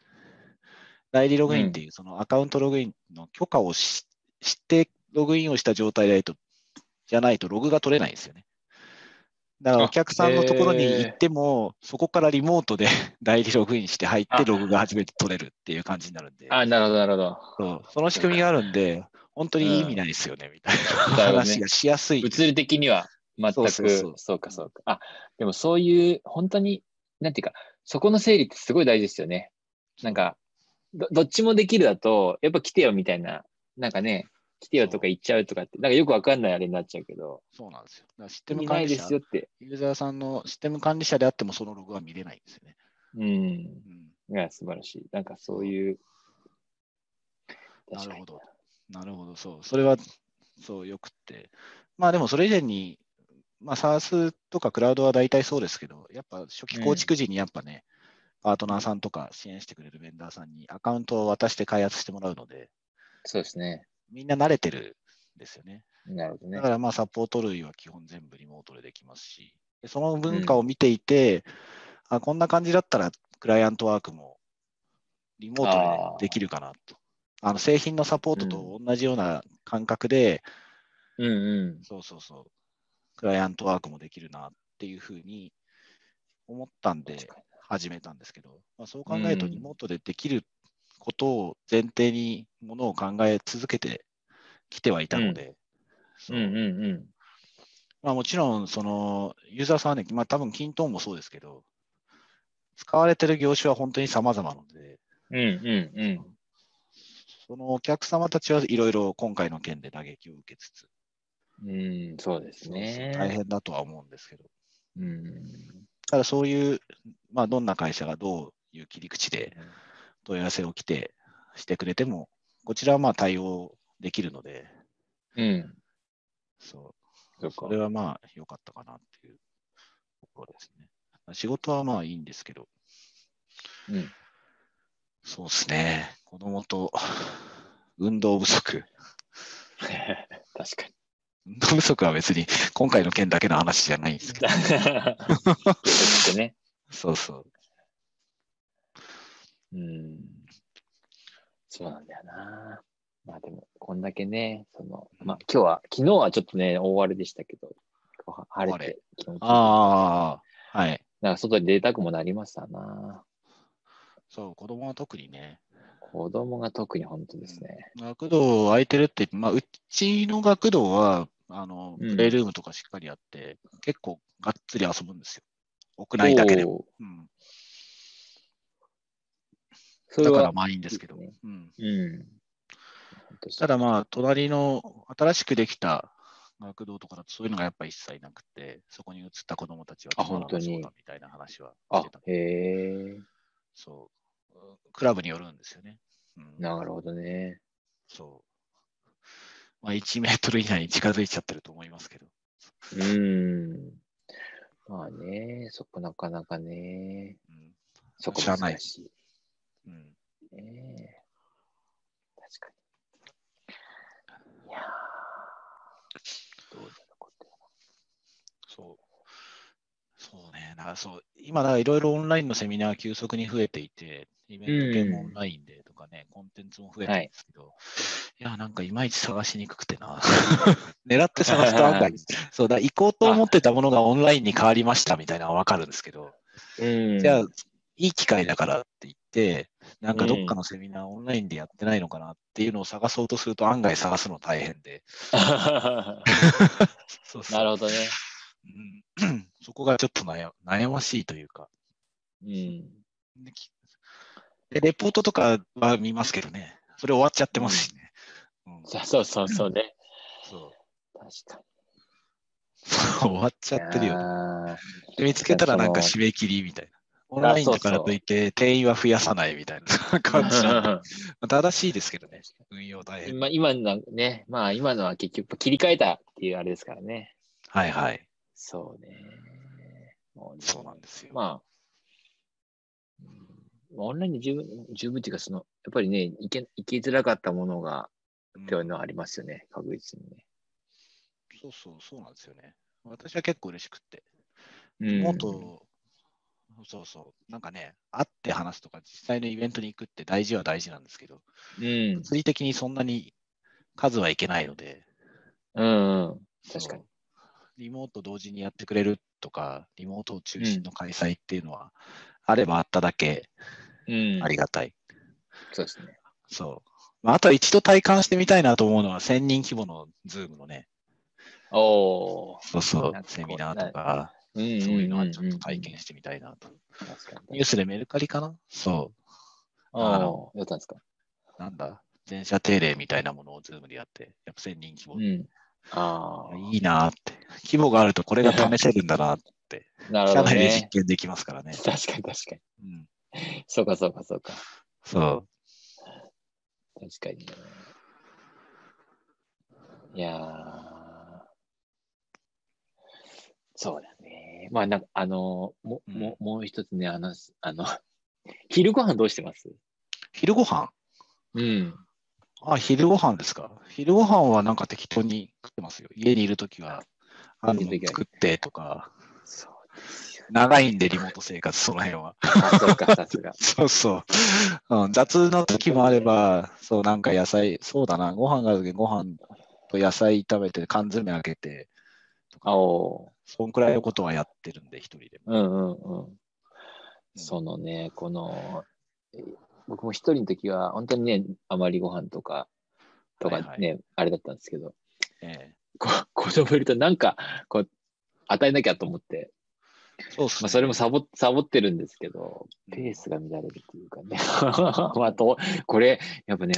Speaker 2: 代理ログインっていうそのアカウントログインの許可をししてログインをした状態でとじゃないとログが取れないんですよね。だから
Speaker 1: あ
Speaker 2: お客さんのところに
Speaker 1: へー
Speaker 2: 行っても、そこからリモートで [laughs] 代理ログインして入って
Speaker 1: あ
Speaker 2: ログが初めて取れるっていう感じになるんで、
Speaker 1: あ、なるほど、なるほど。
Speaker 2: そうその仕組みがあるんで、本当に意味ないですよね、みたいな
Speaker 1: だよね
Speaker 2: 話がしやすい。
Speaker 1: 物理的には全く、
Speaker 2: そ
Speaker 1: そう
Speaker 2: そうそう
Speaker 1: うか、そうか。あ、でもそういう、本当に、なんていうか、そこの整理ってすごい大事ですよね。なんか、どどっちもできるだと、やっぱ来てよみたいな、なんかね、来てよとか言っちゃうとかって、なんかよくわかんないあれになっちゃうけど、
Speaker 2: そうなんですよ。だからシステ
Speaker 1: 意
Speaker 2: ム
Speaker 1: 味
Speaker 2: 管
Speaker 1: ない
Speaker 2: 理
Speaker 1: で
Speaker 2: 者
Speaker 1: すよって。
Speaker 2: ユーザーさんのシステム管理者であってもそのログは見れないんですよね。
Speaker 1: うん。
Speaker 2: うん、
Speaker 1: いや、素晴らしい。なんかそういう。
Speaker 2: な
Speaker 1: 確
Speaker 2: る
Speaker 1: かに
Speaker 2: ほど。なるほど、そう。それは、そう、よくって。まあでもそれ以前に、まあ SARS とかクラウドは大体そうですけど、やっぱ初期構築時にやっぱね、パートナーさんとか支援してくれるベンダーさんにアカウントを渡して開発してもらうので、
Speaker 1: そうですね。
Speaker 2: みんな慣れてるんですよね。
Speaker 1: なるほどね
Speaker 2: だか。らまあサポート類は基本全部リモートでできますし、でその文化を見ていて、あこんな感じだったらクライアントワークもリモートでできるかなと。あの製品のサポートと同じような感覚で、
Speaker 1: うんうん。
Speaker 2: そうそうそう、クライアントワークもできるなっていうふうに思ったんで
Speaker 1: 確か
Speaker 2: 始めたんですけど、まあ、そう考えると
Speaker 1: うん
Speaker 2: リモートでできることを前提にものを考え続けてきてはいたので、そう
Speaker 1: にうんうんうん。
Speaker 2: まあ、もちろん、その、ユーザーさんはね、まあ、多分、均等もそうですけど、使われてる業種は本当に様々なので、
Speaker 1: うんうんうん。
Speaker 2: そのお客様たちはいろいろ今回の件で打撃を受けつつ、
Speaker 1: うん、そうです
Speaker 2: そ
Speaker 1: ね。
Speaker 2: うそう大変だとは思うんですけど、
Speaker 1: うん。
Speaker 2: ただそういう、まあ、どんな会社がどういう切り口で問い合わせを来て、してくれても、こちらはまあ対応できるので、
Speaker 1: うん。
Speaker 2: そう、
Speaker 1: そう
Speaker 2: そ
Speaker 1: か
Speaker 2: れ。はまあ良かったかなっていうところですね。仕事はまあいいんですけど、
Speaker 1: うん
Speaker 2: そうですね。子供と運動不足。
Speaker 1: 確 [laughs] かに。
Speaker 2: 運動不足は別に今回の件だけの話じゃないんですけど。
Speaker 1: ちょっとね。
Speaker 2: そうそう。
Speaker 1: うん。そうなんだよな。まあでも、こんだけね、その、まあ今日は、昨日はちょっとね、大荒れでしたけど、は晴れ
Speaker 2: 大荒れ
Speaker 1: て気持ちいい。
Speaker 2: ああ、はい。
Speaker 1: なんか外に出たくもなりましたな。
Speaker 2: そう、子供は特にね。
Speaker 1: 子供が特に本当ですね。
Speaker 2: 学童空いてるって、まあ、うちの学童は、あの、
Speaker 1: う
Speaker 2: プ
Speaker 1: ん
Speaker 2: レイルームとかしっかりあって、結構がっつり遊ぶんですよ。屋内だけでも。
Speaker 1: おー
Speaker 2: うん、
Speaker 1: それ
Speaker 2: だから
Speaker 1: は、
Speaker 2: まあいいんですけど。
Speaker 1: いいです
Speaker 2: うん
Speaker 1: うん。本当
Speaker 2: ただまあ、隣の新しくできた学童とかだとそういうのがやっぱ一切なくて、そこに移った子どもたちは
Speaker 1: あ本当に
Speaker 2: そうだみたいな話はし
Speaker 1: あ
Speaker 2: てた。、
Speaker 1: へえ、
Speaker 2: そう。クラブによるんですよね。うん、
Speaker 1: なるほどね。
Speaker 2: そう。まあ、1メートル以内に近づいちゃってると思いますけど。
Speaker 1: うん。まあね、そこなかなかね、
Speaker 2: うん。
Speaker 1: そこ
Speaker 2: 知らない
Speaker 1: 難しい。
Speaker 2: うん、
Speaker 1: ねえ確かに。いやーどうなることや
Speaker 2: そう。そうね。だからそう、今、だからいろいろオンラインのセミナーが急速に増えていて、イベント系もオ
Speaker 1: うん
Speaker 2: ンラインでとかね、コンテンツも増えてるんですけど、い、や、なんかいまいち探しにくくてな。 [laughs] 狙って探すと
Speaker 1: [laughs]
Speaker 2: 案外、そうだ、行こうと思ってたものがオンラインに変わりましたみたいなのはわかるんですけど、
Speaker 1: うん。
Speaker 2: じゃあ、いい機会だからって言って、なんかどっかのセミナーオンラインでやってないのかなっていうのを探そうとすると案外探すの大変で。
Speaker 1: あ、
Speaker 2: そうそう
Speaker 1: [laughs] なるほどね。
Speaker 2: うん [clears throat] そこがちょっと悩悩ましいというか。
Speaker 1: うん。
Speaker 2: できでレポートとかは見ますけどね、それ終わっちゃってますしね。うん
Speaker 1: そうそうそうね。
Speaker 2: そう
Speaker 1: 確か
Speaker 2: [laughs] 終わっちゃってるよね。
Speaker 1: あ
Speaker 2: で見つけたらなんか
Speaker 1: そ
Speaker 2: 締め切りみたいな。オンラインだからといって、定員は増やさないみたいな [laughs] 感じ
Speaker 1: [laughs]
Speaker 2: なんで。
Speaker 1: ー
Speaker 2: まあ正しいですけ
Speaker 1: [laughs]
Speaker 2: どね、運用大変。
Speaker 1: 今今のはね、まあ今のは結局切り替えたっていうあれですからね。
Speaker 2: はいはい。
Speaker 1: そうね。もうね
Speaker 2: そうなんですよ。
Speaker 1: まあ、うんオンラインで十分、十分っていうか、その、やっぱりね、いけ、いけづらかったものが、
Speaker 2: うん
Speaker 1: っていうのはありますよね、確実にね。
Speaker 2: そうそう、そうなんですよね。私は結構嬉しくって。
Speaker 1: うん
Speaker 2: もっと、そうそう、なんかね、会って話すとか、実際のイベントに行くって大事は大事なんですけど、
Speaker 1: うん。
Speaker 2: 物理的にそんなに数はいけないので、
Speaker 1: うん、うん。確かに
Speaker 2: そう。リモート同時にやってくれるとか、リモートを中心の開催っていうのは、あればあっただけ
Speaker 1: うん。
Speaker 2: ありがたい。
Speaker 1: そうですね。
Speaker 2: そう。まあ、あと一度体感してみたいなと思うのは、1000人規模のズームのね、
Speaker 1: おー。
Speaker 2: そうそう
Speaker 1: なん、かこう
Speaker 2: セミナーとか、
Speaker 1: うん
Speaker 2: そう
Speaker 1: うん
Speaker 2: いうのはちょっと体
Speaker 1: うん
Speaker 2: 験してみたいなと。
Speaker 1: うん確かに
Speaker 2: ニュースでメルカリかなそう。
Speaker 1: ああ、
Speaker 2: あ
Speaker 1: や
Speaker 2: の
Speaker 1: ったんですか。
Speaker 2: なんだ、全社定例みたいなものをズームでやって、やっぱ1000人規模
Speaker 1: う。ん。あ
Speaker 2: いいなーって。規模があるとこれが試せるんだなって。
Speaker 1: あ、なるほ
Speaker 2: 社
Speaker 1: ど
Speaker 2: 内で実
Speaker 1: ね。
Speaker 2: 験できますからね。
Speaker 1: [laughs] 確かに確か
Speaker 2: うん、
Speaker 1: に。そうかそうかそうか。
Speaker 2: そう。
Speaker 1: 確かにね。いやーそうだね。まあ、なんか、あのー、も、
Speaker 2: うん
Speaker 1: も、もう一つね、あの、あの、 [laughs] 昼ご飯どうしてます
Speaker 2: 昼ご飯
Speaker 1: うん。
Speaker 2: あ、昼ご飯ですか。昼ご飯はなんか適当に食ってますよ。家にいるときは、あの
Speaker 1: 家にいる時は
Speaker 2: 作ってとか、
Speaker 1: そうですよ。
Speaker 2: 長いんでリモート生活、その辺は。 [laughs]
Speaker 1: あ、そうか、さすが。
Speaker 2: そうそう。うん、雑な時もあれば、そう、なんか野菜、そうだな、ご飯がある時ご飯と野菜炒めて、缶詰開けて、
Speaker 1: [laughs] あお
Speaker 2: そんくらいのことはやってるんで、一人でも。
Speaker 1: ーうんうんうん。そのね、この、え僕も一人の時は、本当にね、あまりご飯とか、とかね、
Speaker 2: はい
Speaker 1: あれだったんですけど、
Speaker 2: え
Speaker 1: こ [laughs] 子供いるとなんか、こう、与えなきゃと思って、
Speaker 2: え、そうっす
Speaker 1: ま
Speaker 2: ね。
Speaker 1: あ、それもサボサボってるんですけど、ペースが乱れるというかね。 [laughs] まあと、これ、やっぱね、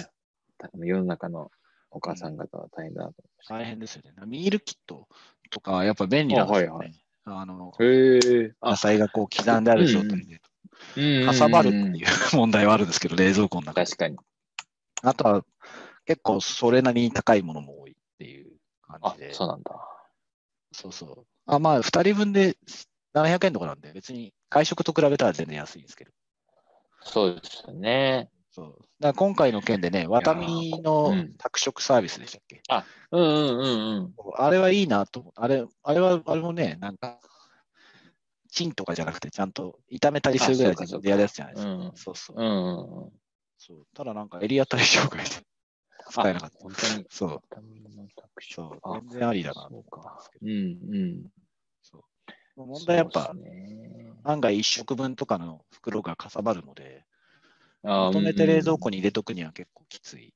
Speaker 1: た世の中のお母さん方は大変だなと
Speaker 2: 大変ですよね。ミールキットとか、やっぱ便利なんですよね。
Speaker 1: あはいは
Speaker 2: あの、
Speaker 1: へえ。
Speaker 2: 野
Speaker 1: あ、。
Speaker 2: 菜がこう刻んである状態で、かさばるっていうう問題はあるんですけど、冷蔵庫の中で。
Speaker 1: 確かに。
Speaker 2: あとは、結構それなりに高いものも多いっていう感
Speaker 1: あ
Speaker 2: じで。、
Speaker 1: そうなんだ。
Speaker 2: そうそう。あ、まあ、2人分で700円とかなんで、別に外食と比べたら全然安いんですけど。
Speaker 1: そうですよね。
Speaker 2: そう。だから今回の件でね、ワタミ
Speaker 1: う
Speaker 2: の
Speaker 1: ん
Speaker 2: 宅食サービスでしたっけ、
Speaker 1: うんうんうんうん。
Speaker 2: あれはいいなと思う。あれ、あれは、あれもね、なんか、チンとかじゃなくて、ちゃんと炒めたりするぐらい
Speaker 1: あそうか
Speaker 2: 自
Speaker 1: そう
Speaker 2: 分
Speaker 1: か
Speaker 2: でやるやつじゃないで
Speaker 1: う
Speaker 2: すか。
Speaker 1: ん
Speaker 2: そうそう
Speaker 1: うんうんうん。
Speaker 2: そう。ただなんかエリア対象外で使えなかった。
Speaker 1: 本当に。
Speaker 2: [laughs] そう。
Speaker 1: タミナの特徴
Speaker 2: そう
Speaker 1: あ
Speaker 2: 全然ありだなと
Speaker 1: そ
Speaker 2: 思
Speaker 1: う
Speaker 2: ったん
Speaker 1: か
Speaker 2: ですけ。
Speaker 1: う
Speaker 2: ど
Speaker 1: んうん。
Speaker 2: そう問題はやっぱ、
Speaker 1: そうですね
Speaker 2: 案外1食分とかの袋がかさばるので、
Speaker 1: あ
Speaker 2: まとめて冷蔵庫
Speaker 1: に。
Speaker 2: に入れとくには結構きつい。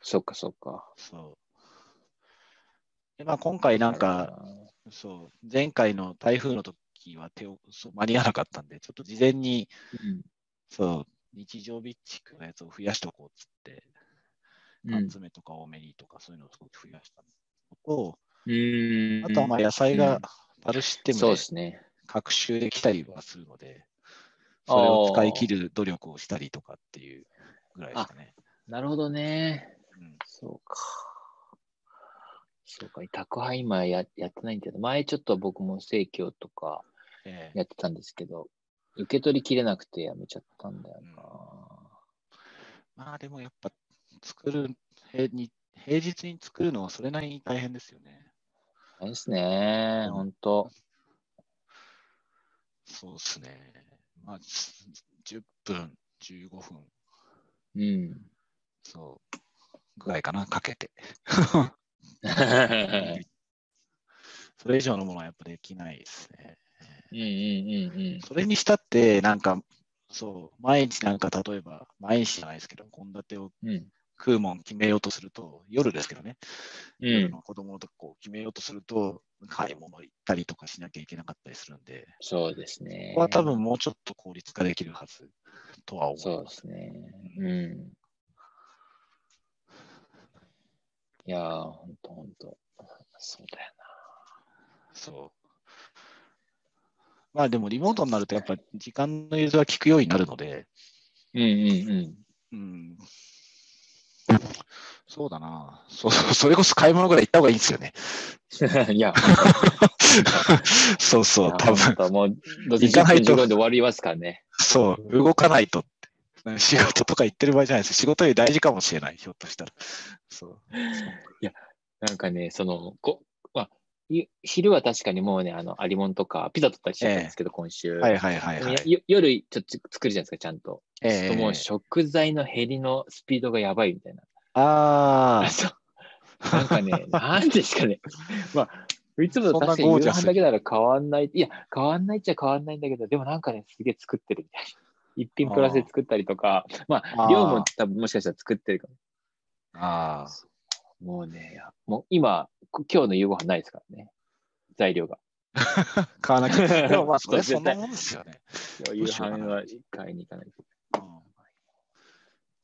Speaker 1: そっかそっか。
Speaker 2: そう。でまあ、今回なんか、、そう、前回の台風の時は手をそう間に合わなかったんで、ちょっと事前に、そう、日常備蓄のやつを増やしておこうっつって、
Speaker 1: うん。
Speaker 2: 缶詰とか多めにとかそういうのを少し増やしたのと、
Speaker 1: うん。
Speaker 2: あとはまあ野菜がパルシステム
Speaker 1: そう
Speaker 2: で
Speaker 1: ですね。
Speaker 2: 各週できたりはするので、それを使い切る努力をしたりとかっていうぐらいですかね。
Speaker 1: なるほどね。
Speaker 2: うん
Speaker 1: そうか。そうか。宅配今ややってないんだけど、前ちょっと僕も生協とか
Speaker 2: ええ
Speaker 1: やってたんですけど、受け取りきれなくてやめちゃったんだよ
Speaker 2: まあでもやっぱ作る平に、平日に作るのはそれなりに大変ですよね。
Speaker 1: な。大変ですね。ほんと。
Speaker 2: そうですね。まあ、す10分、15分、
Speaker 1: [laughs] うん。
Speaker 2: そう、ぐらいかな、かけて。
Speaker 1: うん
Speaker 2: [laughs] それ以上のものはやっぱできないですね。
Speaker 1: うんうんうん。
Speaker 2: それにしたって、なんか、そう、毎日なんか例えば、毎日じゃないですけど、献立を
Speaker 1: うん。
Speaker 2: 食うもん決めようとすると、夜ですけどね、
Speaker 1: う
Speaker 2: 夜
Speaker 1: ん。
Speaker 2: の子供のとこを決めようとすると、買い物行ったりとかしなきゃいけなかったりするんで、
Speaker 1: そうですね。
Speaker 2: ここは多分もうちょっと効率化できるはずとは思
Speaker 1: そう
Speaker 2: い
Speaker 1: で
Speaker 2: ます。
Speaker 1: すね。うん。いやー、ほんとほんと。そうだよ
Speaker 2: そう。まあでもリモートになるとやっぱ時間の融通は効くようになるので、
Speaker 1: うんうんうん。
Speaker 2: うん。そうだな。そうそう、それこそ買い物ぐらい行った方がいいんですよね。 [laughs]
Speaker 1: [laughs] いや、
Speaker 2: そうそう、多分。
Speaker 1: 分。もう、どっち
Speaker 2: 行か
Speaker 1: か
Speaker 2: ないと
Speaker 1: 15分で終わりますからね。
Speaker 2: そう、動かないとって。仕事とか行ってる場合じゃないです。仕事より大事かもしれない、ひょっとしたら。そう。
Speaker 1: なんかね、その、こまあ、ゆ昼は確かにもうね、あの、ありもんとか、ピザ取ったりしてたんですけど、今週。
Speaker 2: はいはいはい
Speaker 1: で
Speaker 2: は
Speaker 1: も
Speaker 2: い
Speaker 1: や。よ夜、ちょっと作るじゃないですか、ちゃんと。
Speaker 2: ええ
Speaker 1: もう食材の減りのスピードがやばいみたいな。
Speaker 2: あ
Speaker 1: [laughs] そうなんか
Speaker 2: [laughs]
Speaker 1: ね、なんですかね。まあ、いつもと確かに
Speaker 2: そんなゴー
Speaker 1: 夕
Speaker 2: ジャス
Speaker 1: 飯だけなら変わんない。いや、変わんないっちゃ変わんないんだけど、でもなんかね、すげえ作ってるみたいな。一品プラスで作ったりとか、ま
Speaker 2: あ
Speaker 1: あ、
Speaker 2: ー
Speaker 1: 量も多分もしかしたら作ってるか
Speaker 2: あ。ああ。
Speaker 1: も。もうね、いやもう今、こ今日の夕ご飯ないですからね。材料が。
Speaker 2: 買わなき
Speaker 1: [laughs]
Speaker 2: ゃ。でもまあ、それ
Speaker 1: そう
Speaker 2: そんなもんですよね。
Speaker 1: 夕飯は買いに行かない。
Speaker 2: うん今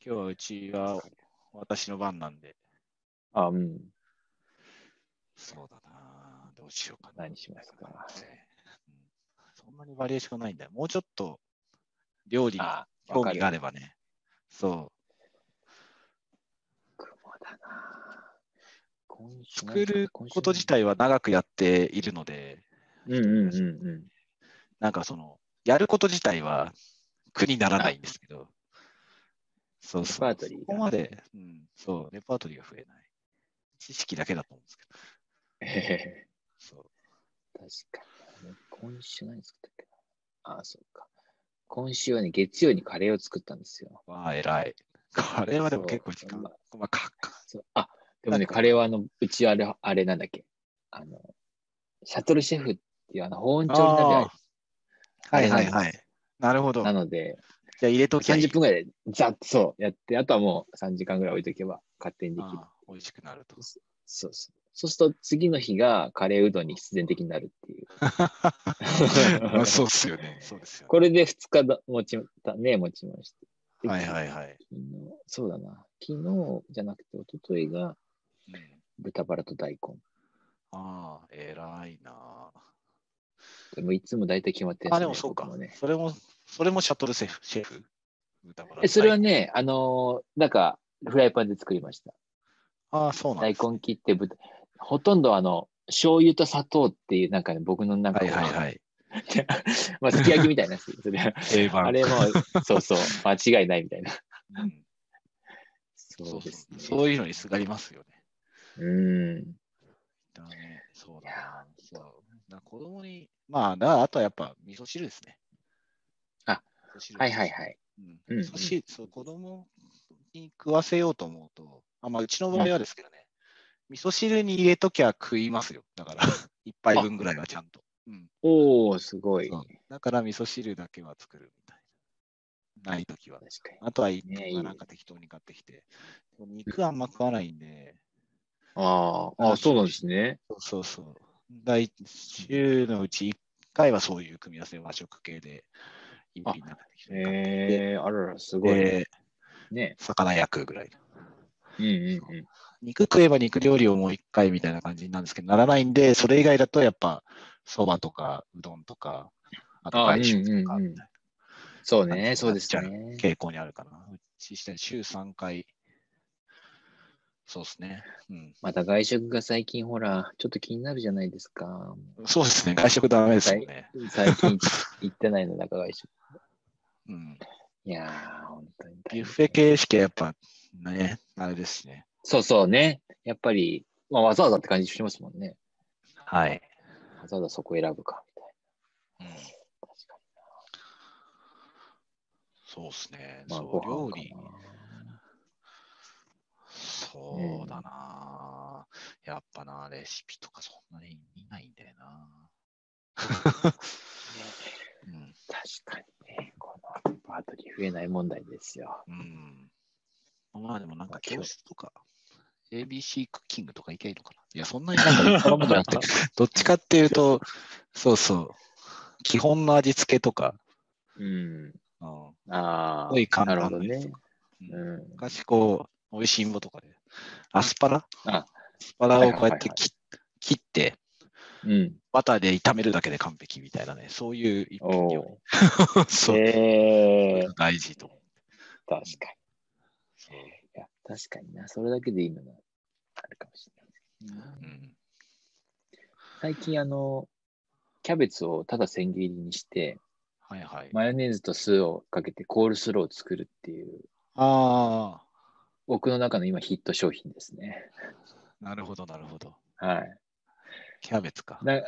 Speaker 2: 日はうちは私の番なんで。
Speaker 1: あ、うん。
Speaker 2: そうだな。どうしようかな。
Speaker 1: 何しますか。
Speaker 2: うんそんなにバリエーションないんだよ。もうちょっと料理に
Speaker 1: あ、わ
Speaker 2: 興
Speaker 1: か
Speaker 2: 味
Speaker 1: る
Speaker 2: が。あればね。そう。
Speaker 1: 雲だな今週
Speaker 2: 作ること自。体は長くやっているので、
Speaker 1: うんうんうんうん。
Speaker 2: なんかその、やること自体は苦にならないんですけど、そうそう。
Speaker 1: レパートリーが
Speaker 2: そこまで、うん、そう、レパートリーが増えない。知識だけだと思うんですけど、
Speaker 1: へへへ
Speaker 2: そう。
Speaker 1: 確かにね。今週何作ったっけなああ、そうか。今週はね、月曜にカレーを作ったんですよ。
Speaker 2: わあ、偉い。カレーはでも
Speaker 1: そう
Speaker 2: 結構時間、
Speaker 1: ま
Speaker 2: まあ、かか
Speaker 1: そうあ、でも
Speaker 2: な
Speaker 1: ね、
Speaker 2: んか
Speaker 1: カレーはあの、うちあれ、あれなんだっけ。あの、シャトルシェフっていうあの、保温調理鍋
Speaker 2: は
Speaker 1: あ
Speaker 2: い
Speaker 1: れ
Speaker 2: はいはい。なるほど。
Speaker 1: なので、
Speaker 2: じゃあ入れときゃいい
Speaker 1: 30分ぐらいでザッとそうやって、あとはもう3時間ぐらい置いとけば勝手にできる。
Speaker 2: あー美味しくなると。
Speaker 1: そうそう。そうすると次の日がカレーうどんに必然的になるっていう。
Speaker 2: [laughs] [laughs] まあそうっすよね。そうですよね。
Speaker 1: [laughs] これで2日だ持ちたね、持ちまして。れ
Speaker 2: はいはいはい。
Speaker 1: 昨日そうだな。昨日じゃなくて、一昨日が
Speaker 2: うん、
Speaker 1: 豚バラと大根。
Speaker 2: ああ、偉いなあ。
Speaker 1: でもいつも大体決まってるん
Speaker 2: あ、
Speaker 1: す
Speaker 2: で
Speaker 1: よね
Speaker 2: もそうか
Speaker 1: 僕。ね、
Speaker 2: それも、それもシャトルシェフ。シェフ豚バラ
Speaker 1: えそれは
Speaker 2: はい
Speaker 1: ね、あのーなんか、フライパンで作りました。
Speaker 2: ああ、そうなん
Speaker 1: 大
Speaker 2: です
Speaker 1: 根切って豚、ほとんどあの、醤油と砂糖っていう、なんかね、僕の中
Speaker 2: はい
Speaker 1: で、
Speaker 2: はいはい。
Speaker 1: まあ、すき焼きみたいなやつ、
Speaker 2: [laughs]
Speaker 1: それ
Speaker 2: 定番。
Speaker 1: あれも、そうそう、間違いないみたいな。
Speaker 2: うんそ
Speaker 1: そうう
Speaker 2: そ
Speaker 1: で
Speaker 2: う
Speaker 1: すね。
Speaker 2: そういうのにすがりますよね。
Speaker 1: うん。
Speaker 2: だね。そうだ
Speaker 1: いや
Speaker 2: な。そうだ子供に、まあ、だからあとはやっぱ味噌汁ですね。
Speaker 1: あ、
Speaker 2: 味噌汁
Speaker 1: はいはいはい。
Speaker 2: うん
Speaker 1: うんうん
Speaker 2: 味噌汁そう子供に食わせようと思うと、あまあ、うちの場合はですけどね、味噌汁に入れときゃ食いますよ。だから、 [laughs] 一杯分ぐらいはちゃんと。うん、
Speaker 1: おおすごい。
Speaker 2: そ
Speaker 1: 確
Speaker 2: うだから、味噌汁だけは作るみたいな。ないときは。
Speaker 1: かに。
Speaker 2: あとは、一
Speaker 1: ね
Speaker 2: 品はなんか適当に買ってきて。肉あんま食わないんで、
Speaker 1: あーあー、そうなんですね。
Speaker 2: そうそうそう。第週のうち1回はそういう組み合わせ、和食系で、一品なんか適当に買ってきて。
Speaker 1: えー、あらら、すごいね。
Speaker 2: で
Speaker 1: ね。
Speaker 2: 魚焼くぐらい。
Speaker 1: うんうんうん。
Speaker 2: 肉食えば肉料理をもう一回みたいな感じなんですけど、ならないんで、それ以外だとやっぱ、そばとか、うどんとか、あと
Speaker 1: あ
Speaker 2: 外食とか
Speaker 1: うんうんうん
Speaker 2: みたい
Speaker 1: そうね、そうです
Speaker 2: な
Speaker 1: ね。
Speaker 2: 傾向にあるかな。うちして週3回、そうですね。うん。
Speaker 1: また外食が最近ほら、ちょっと気になるじゃないですか。
Speaker 2: そうですね。外食ダメですもんね。
Speaker 1: 最近行ってないの、中外食。
Speaker 2: うん。
Speaker 1: いやー、本当に大変。
Speaker 2: ビュッフェ形式はやっぱ、ね、あれですしね。
Speaker 1: そうそうね。やっぱり、まあ、わざわざって感じしますもんね。
Speaker 2: はい。
Speaker 1: わざわざそこ選ぶか、みたい
Speaker 2: うん、
Speaker 1: な。確か
Speaker 2: そうですね。
Speaker 1: に。まあ、
Speaker 2: そ
Speaker 1: ご
Speaker 2: う、料
Speaker 1: 飯か
Speaker 2: 理。
Speaker 1: な。
Speaker 2: そうだな、やっぱな、レシピとかそんなに見ないんだよな。うん
Speaker 1: 確かにね、このレパートリー増えない問題です
Speaker 2: [laughs]
Speaker 1: よ。
Speaker 2: うん。まあでもなん
Speaker 1: ま
Speaker 2: か
Speaker 1: あ今日
Speaker 2: 教室とか、ABC クッキングとかいけばいいのかな。 [laughs] いや、そんなになんか立派なもんじゃなくて、どっちかっていうと、そうそう、基本の味付けとか、
Speaker 1: うん。
Speaker 2: うん、
Speaker 1: あ
Speaker 2: すごい
Speaker 1: あ、
Speaker 2: 簡
Speaker 1: な
Speaker 2: 単
Speaker 1: る
Speaker 2: な
Speaker 1: ほ
Speaker 2: やつ
Speaker 1: どね。
Speaker 2: う
Speaker 1: うんん。
Speaker 2: 昔こう、美味しいもとかで、アスパラ
Speaker 1: あ
Speaker 2: アスパラをこうやって切っ切って、
Speaker 1: うん。
Speaker 2: バターで炒めるだけで完璧みたいなね、そういう一品料
Speaker 1: お
Speaker 2: 理。
Speaker 1: お。
Speaker 2: [laughs] そう、
Speaker 1: へえ
Speaker 2: そういうの大事と思う。
Speaker 1: 確かに。いや確かにな。それだけでいいのがあるかもしれない。
Speaker 2: うん
Speaker 1: 最近、あの、キャベツをただ千切りにして、
Speaker 2: はいはい。
Speaker 1: マヨネーズと酢をかけてコールスローを作るっていう、
Speaker 2: あ
Speaker 1: 僕の中の今ヒット商品ですね。
Speaker 2: あ、なるほどなるほど。
Speaker 1: はい。
Speaker 2: キャベツか。
Speaker 1: [laughs] な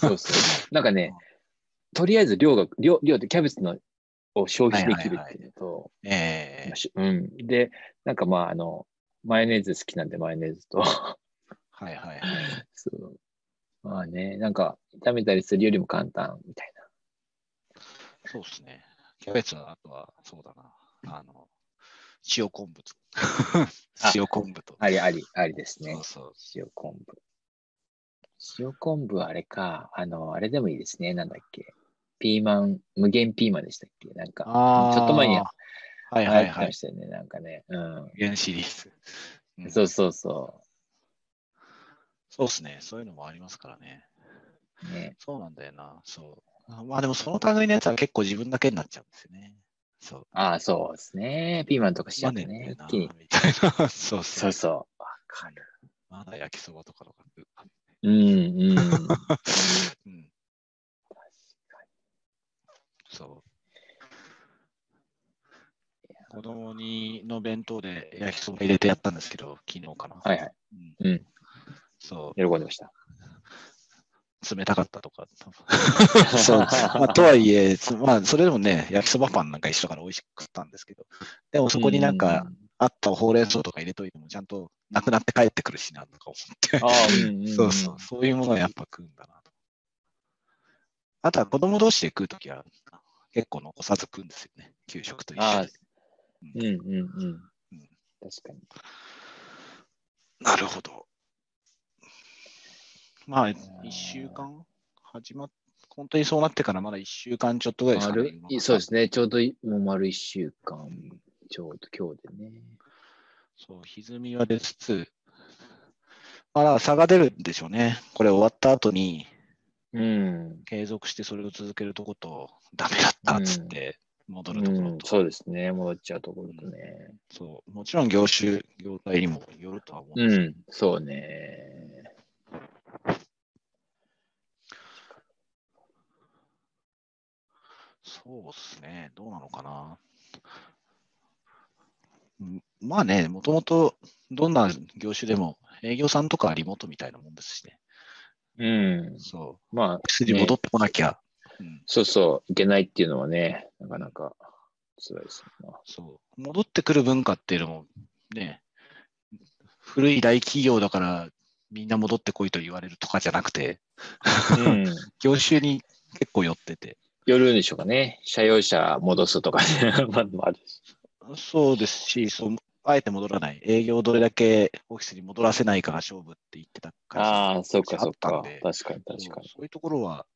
Speaker 1: そうそう。なんかね、とりあえず量が、量、量ってキャベツのを消費できるっていうのと、
Speaker 2: ええ
Speaker 1: まあしうん。で、なんかまあ、あの、マヨネーズ好きなんでマヨネーズと、 [laughs]
Speaker 2: はいはいはい。
Speaker 1: そう。まあね、なんか、炒めたりするよりも簡単みたい
Speaker 2: そうですね。キャベツは、あとは、そうだな。あの、塩昆布と。 [laughs] 塩昆布と。
Speaker 1: な。ありあり、ありですね
Speaker 2: そう。そう。
Speaker 1: 塩昆布。塩昆布はあれか、あの、あれでもいいですね。なんだっけ。ピーマン、無限ピーマンでしたっけなんか、
Speaker 2: あー
Speaker 1: ちょっと前に
Speaker 2: は
Speaker 1: はい流
Speaker 2: は
Speaker 1: 行
Speaker 2: い
Speaker 1: って
Speaker 2: は
Speaker 1: ま
Speaker 2: い。
Speaker 1: したよね。なんかね。う。
Speaker 2: 原シリーズ。うんん
Speaker 1: そうそうそ
Speaker 2: そうですね。そういうのもありますからね。
Speaker 1: う。ね。
Speaker 2: そうなんだよな。そう。あまあでもその類のやつは結構自分だけになっちゃうんですよね。そう。
Speaker 1: ああ、そうですね。ピーマンとかしちゃ
Speaker 2: ま
Speaker 1: っ
Speaker 2: ね
Speaker 1: て
Speaker 2: んだよ。な
Speaker 1: ね一気に。
Speaker 2: みたいな。 [laughs] そう
Speaker 1: そ
Speaker 2: そうう。
Speaker 1: そう。わかる。
Speaker 2: まだ焼きそばとかの方が。
Speaker 1: うん
Speaker 2: [laughs]
Speaker 1: うん。確か
Speaker 2: うん。そう。子供にの弁当で焼きそば入れてやったんですけど、昨日かな。
Speaker 1: はいはい。
Speaker 2: うん
Speaker 1: うん。
Speaker 2: そ
Speaker 1: 喜んでました。
Speaker 2: う、冷たかったと
Speaker 1: [laughs]
Speaker 2: か。そう。 [laughs] まあ、とはいえ、つまあ、それでもね、焼きそばパンなんか一緒だから美味しかったんですけど、でもそこになんか、
Speaker 1: う
Speaker 2: あったほうれん草とか入れといても、ちゃんとなくなって帰ってくるしな、とか思って。
Speaker 1: ああ、うんうんん。
Speaker 2: [laughs] そうそう、そういうものはやっぱ食うんだなと。あとは子供同士で食うときは結構残さず食うんですよね、給食と一緒
Speaker 1: ああ
Speaker 2: に。、
Speaker 1: うんうんうん
Speaker 2: うん。
Speaker 1: 確かに。
Speaker 2: なるほど。まあ、1
Speaker 1: ー
Speaker 2: 週間始まっ、本当にそうなってからまだ1週間ちょっとぐらいですかね
Speaker 1: 丸い、そうですね。ちょうどいもう丸1週間、ちょうど今日でね。
Speaker 2: そう、歪みは出つつ、まあ、だから差が出るんでしょうね。これ終わった後に、
Speaker 1: うん。
Speaker 2: 継続してそれを続けるとこと、ダメだったっつって戻るところと、
Speaker 1: そうですね。戻っちゃうところとね。
Speaker 2: そう、もちろん業種、業態にもよるとは思う
Speaker 1: うん
Speaker 2: ですけ
Speaker 1: ん、そうね。
Speaker 2: ど、そうですね、どうなのかな。うんまあね、もともとどんな業種でも営業さんとかはリモートみたいなもんですしね。
Speaker 1: うん。
Speaker 2: そう、
Speaker 1: まあ、
Speaker 2: 数字戻ってこなきゃ。うん、
Speaker 1: そうそう、いけないっていうのはね、なかなか辛いですよ
Speaker 2: そう、戻ってくる文化っていうのもね、古い大企業だからみんな戻ってこいと言われるとかじゃなくて、
Speaker 1: な。 [laughs] うん。
Speaker 2: 業種に結構寄ってて。
Speaker 1: よるんでしょうかね。社用車戻すとかね。 [laughs] まあ、まああるし。
Speaker 2: そうですし、そうあえて戻らない、営業をどれだけオフィスに戻らせないかが勝負って言ってた会社
Speaker 1: ああ、そうかそう
Speaker 2: あったん
Speaker 1: か。
Speaker 2: で
Speaker 1: 確かに
Speaker 2: そ
Speaker 1: 確
Speaker 2: う
Speaker 1: かに。
Speaker 2: そういうところは、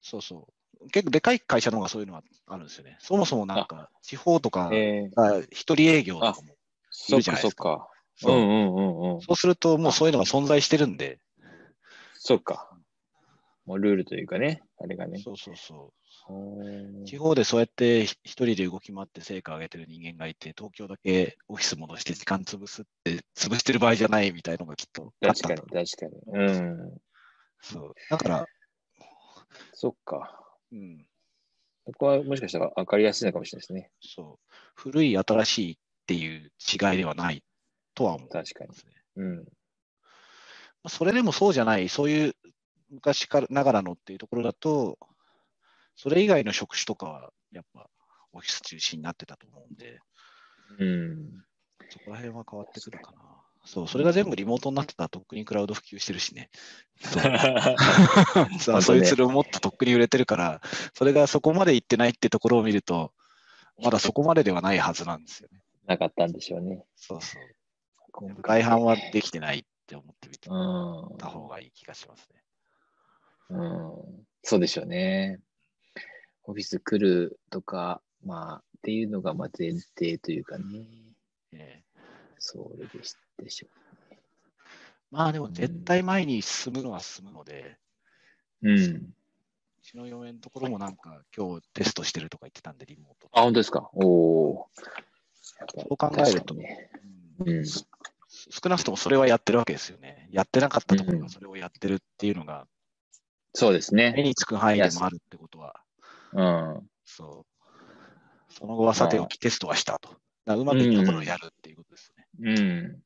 Speaker 2: そうそう、結構でかい会社の方がそういうのはあるんですよね。そもそもなんか、地方とか、
Speaker 1: えー、
Speaker 2: あ一人営業とかも、い
Speaker 1: そ
Speaker 2: る
Speaker 1: う
Speaker 2: じゃ
Speaker 1: か
Speaker 2: ないで
Speaker 1: そう
Speaker 2: すか
Speaker 1: か。うん
Speaker 2: そうう,、
Speaker 1: んうんうん。
Speaker 2: そうすると、もうそういうのが存在してるんで、
Speaker 1: そうか。もうルールというかね、あれがね。
Speaker 2: そうそうそうう、
Speaker 1: ん
Speaker 2: 地方でそうやってひ一人で動き回って成果上げてる人間がいて、東京だけオフィス戻して時間潰すって、潰してる場合じゃないみたいなのがきっとあっ
Speaker 1: 確
Speaker 2: た
Speaker 1: か
Speaker 2: んだ
Speaker 1: に確かに。うん。
Speaker 2: そうだから、
Speaker 1: そっか。
Speaker 2: うん、
Speaker 1: ここはもしかしたら分かりやすいのかもしれないですね。
Speaker 2: そう、古い、新しいっていう違いではないとは思う、
Speaker 1: 確かに。うん。
Speaker 2: まあそれでもそうじゃない、そういう昔からながらのっていうところだと、それ以外の職種とかは、やっぱオフィス中心になってたと思うんで、
Speaker 1: うん。
Speaker 2: [laughs] そこら辺は変わってくるかな。そう、それが全部リモートになってたら、とっくにクラウド普及してるしね。そうそう
Speaker 1: ね
Speaker 2: そういうツールをもっととっくに売れてるから、それがそこまでいってないってところを見ると、まだそこまでではないはずなんですよね。
Speaker 1: なかったんでしょうね。
Speaker 2: そうそう。外反はできてないって思ってみてた方がいい気がしますね。
Speaker 1: うん。うん。そうでしょうね。オフィス来るとか、まあ、っていうのがまあ前提というかね。
Speaker 2: ええ
Speaker 1: それでしでしょ
Speaker 2: まあでも絶対前に進むのは進むので、
Speaker 1: うん。
Speaker 2: うちの嫁のところもなんか今日テストしてるとか言ってたんでリモート。
Speaker 1: あ、本当ですか。おおー。
Speaker 2: そう考えると
Speaker 1: 確かにね
Speaker 2: うん
Speaker 1: うん。
Speaker 2: 少なくともそれはやってるわけですよね。やってなかったところ
Speaker 1: う
Speaker 2: が
Speaker 1: ん
Speaker 2: それをやってるっていうのが、
Speaker 1: そうです
Speaker 2: 目
Speaker 1: ね。
Speaker 2: につく範囲でもあるってことは、
Speaker 1: うん。
Speaker 2: そう。その後はさておきテストはしたと。だからうまくいったところをやるっていうことですね。
Speaker 1: うん。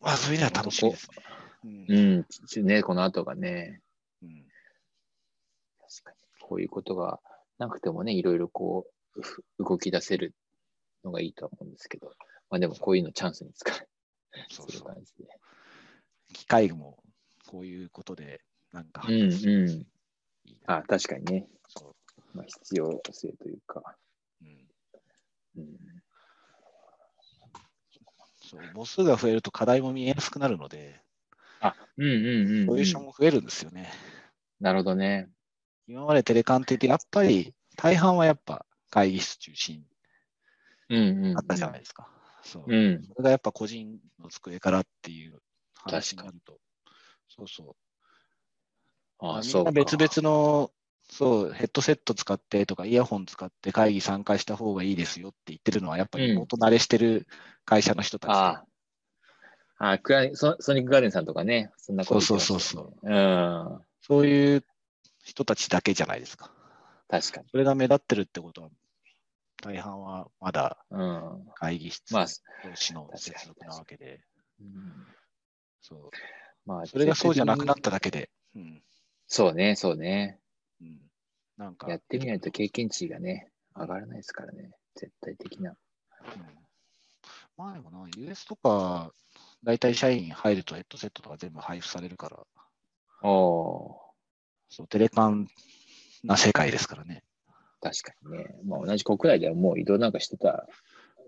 Speaker 2: まあ、そういうのは楽しいですね。うん
Speaker 1: うん。ちね、この後がね、
Speaker 2: うん
Speaker 1: 確かにこういうことがなくてもね、いろいろこう、ふ動き出せるのがいいとは思うんですけど、まあでもこういうのチャンスに使う
Speaker 2: そ
Speaker 1: そううい
Speaker 2: そうう
Speaker 1: 感じで。
Speaker 2: 機械もこういうことで、なんか
Speaker 1: うん
Speaker 2: 発達
Speaker 1: うん
Speaker 2: いいな
Speaker 1: あ確かにね、
Speaker 2: そ
Speaker 1: まあ、必要性というか。
Speaker 2: ううん
Speaker 1: うん、
Speaker 2: そう母数が増えると課題も見えやすくなるので、
Speaker 1: あ、うんうんうん、
Speaker 2: ポ
Speaker 1: う
Speaker 2: ジ
Speaker 1: ん
Speaker 2: ションも増えるんですよね。
Speaker 1: なるほどね。
Speaker 2: 今までテレカンって言って、やっぱり大半はやっぱ会議室中心
Speaker 1: うんうん、うん。
Speaker 2: あったじゃないですか。そう
Speaker 1: う。ん。
Speaker 2: それがやっぱ個人の机からっていう話になると。そうそう。
Speaker 1: あ、
Speaker 2: み
Speaker 1: そ
Speaker 2: ん
Speaker 1: うか。
Speaker 2: な別々の、そう、ヘッドセット使ってとか、イヤホン使って会議参加した方がいいですよって言ってるのは、やっぱり
Speaker 1: うん
Speaker 2: リモート慣れしてる会社の人たちで。
Speaker 1: ああ。あクラソソニックガーデンさんとかね、そんなこと言ってましたよね
Speaker 2: そうそう
Speaker 1: うん。
Speaker 2: そういう人たちだけじゃないですか。
Speaker 1: 確かに。
Speaker 2: それが目立ってるってことは、大半はまだ
Speaker 1: うん。
Speaker 2: 会議室
Speaker 1: まあ、
Speaker 2: 同士の接
Speaker 1: 確かに
Speaker 2: 続なわけで、
Speaker 1: うん
Speaker 2: そう
Speaker 1: まあ、
Speaker 2: それがそうじゃなくなっ
Speaker 1: 絶
Speaker 2: た
Speaker 1: 対的に
Speaker 2: だけで、うん
Speaker 1: そうね、そうね。
Speaker 2: うん、なんか、
Speaker 1: やってみないと経験値がね、上がらないですからね。絶対的な。
Speaker 2: うん前もな、US とか、大体社員入るとヘッドセットとか全部配布されるから、
Speaker 1: おお
Speaker 2: そうテレカンな世界ですからね。
Speaker 1: ー。確かにね。まあ、同じ国内ではもう移動なんかしてたら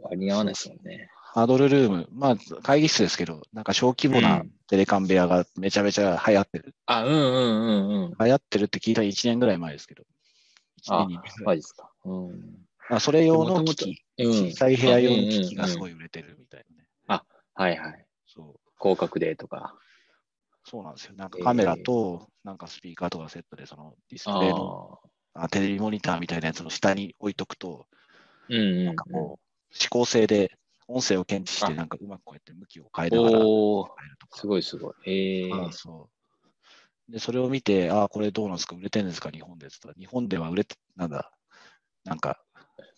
Speaker 1: 割に合わないですもんね。
Speaker 2: ハードルルーム、まあ会議室ですけど、なんか小規模な
Speaker 1: うん
Speaker 2: テレカン部屋がめちゃめちゃ流行ってる。
Speaker 1: あ、うんうんうんうん。
Speaker 2: 流行ってるって聞いた1年ぐらい前ですけど。1
Speaker 1: あ
Speaker 2: 年2年ぐら
Speaker 1: マ
Speaker 2: い
Speaker 1: ジですか。うん。
Speaker 2: まあそれ用の
Speaker 1: も
Speaker 2: 機
Speaker 1: とも
Speaker 2: 器、
Speaker 1: うん
Speaker 2: 小さい部屋用の機器がす
Speaker 1: い。
Speaker 2: ごい売れてるみたいなね。
Speaker 1: はいはい。
Speaker 2: そう
Speaker 1: 広角でとか。
Speaker 2: そうなんですよ。なんかカメラと、なんかスピーカーとかセットで、そのディスプレイの
Speaker 1: ああ。
Speaker 2: あテレビモニターみたいなやつの下に置いとくと、
Speaker 1: うんうん、うん。
Speaker 2: なんかこう、指向性で音声を検知して、なんかうまくこうやって向きを変えながら変える
Speaker 1: おお
Speaker 2: とか
Speaker 1: す。ごいすごい。ええ
Speaker 2: ああそう。で、それを見て、ああ、これどうなんですか売れてるんですか日本でって言ったら日本では売れて、なんだ、なんか、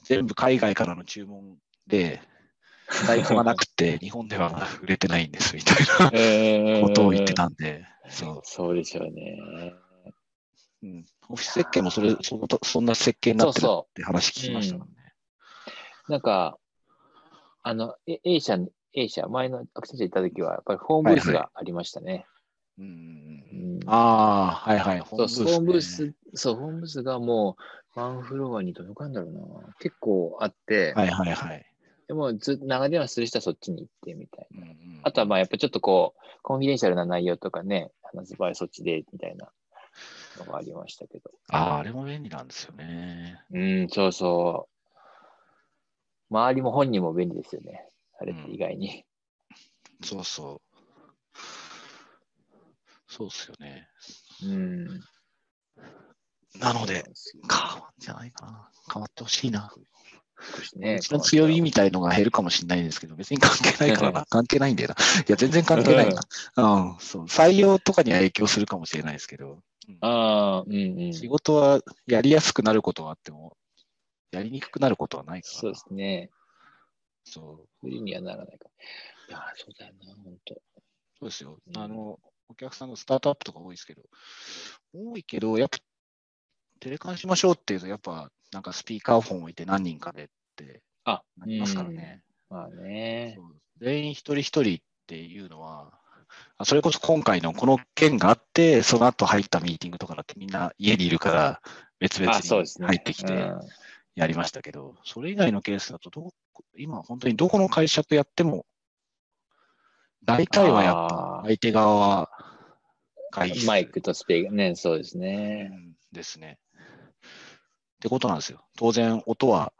Speaker 2: 全部海外からの注文
Speaker 1: [laughs]
Speaker 2: で、在庫がなくて、日本ではまだ売れてないんです、みたいな
Speaker 1: え
Speaker 2: ことを言ってたんで、そ
Speaker 1: そうでしょうね。
Speaker 2: う。うん、オフィス設計もそれそのと、そんな設計になってる
Speaker 1: そうそう
Speaker 2: って話聞きましたもんね。
Speaker 1: なんか、あの、え A 社に、A 社、前のアクセンチャー行った時は、やっぱりホームブースがありましたね。
Speaker 2: うんうんうん
Speaker 1: うん
Speaker 2: ああ、はいはい、ホ
Speaker 1: そう、ホームブー
Speaker 2: ね
Speaker 1: ス、そう、ホームブースがもう、ワンフロアにどのくらいなんだろうな。結構あって、
Speaker 2: はいはいはい。
Speaker 1: でもず、長電話する人はそっちに行ってみたいな。
Speaker 2: うんうん
Speaker 1: あとはまあやっぱちょっとこう、コンフィデンシャルな内容とかね、話す場合そっちでみたいなのがありましたけど。
Speaker 2: あーあれも便利なんですよね。
Speaker 1: うん、そうそう。周りも本人も便利ですよね。あれって意外に。
Speaker 2: そうそう。そうっすよね。
Speaker 1: うん。
Speaker 2: なので、
Speaker 1: そ
Speaker 2: 変わんじゃないかな。変わってほしいな。
Speaker 1: うです
Speaker 2: う
Speaker 1: ね。
Speaker 2: ちの強みみたいのが減るかもしれないんですけど、別に関係ないからな。関係ないんだよな。いや、全然関係ないな。うん、そう。採用とかには影響するかもしれないですけど、
Speaker 1: ああ、うんうん。
Speaker 2: 仕事はやりやすくなることはあっても、やりにくくなることはないからな。
Speaker 1: そうですね。
Speaker 2: そう
Speaker 1: 無理にはならないか。いやー、そうだよな、本当。
Speaker 2: そうですよ
Speaker 1: う。ん
Speaker 2: あの、お客さんのスタートアップとか多いですけど、多いけど、やっぱ、テレカンしましょうっていうと、やっぱ、なんかスピーカーフォン置いて何人かでって
Speaker 1: あ、
Speaker 2: なりますからね。
Speaker 1: まあね
Speaker 2: そ。う全員一人一人っていうのは、あそれこそ今回のこの件があって、その後入ったミーティングとかだってみんな家にいるから、別々
Speaker 1: あ、そうで
Speaker 2: に
Speaker 1: すね。
Speaker 2: 入ってき
Speaker 1: う
Speaker 2: て
Speaker 1: ん
Speaker 2: やりましたけど、それ以外のケースだとどう、今本当にどこの会社とやっても、大体はやっぱ、
Speaker 1: あー
Speaker 2: 相手側は会議室
Speaker 1: マイクとスペーカー、ね、そうです
Speaker 2: う
Speaker 1: ね。
Speaker 2: んですね。ってことなんですよ。当然、音は、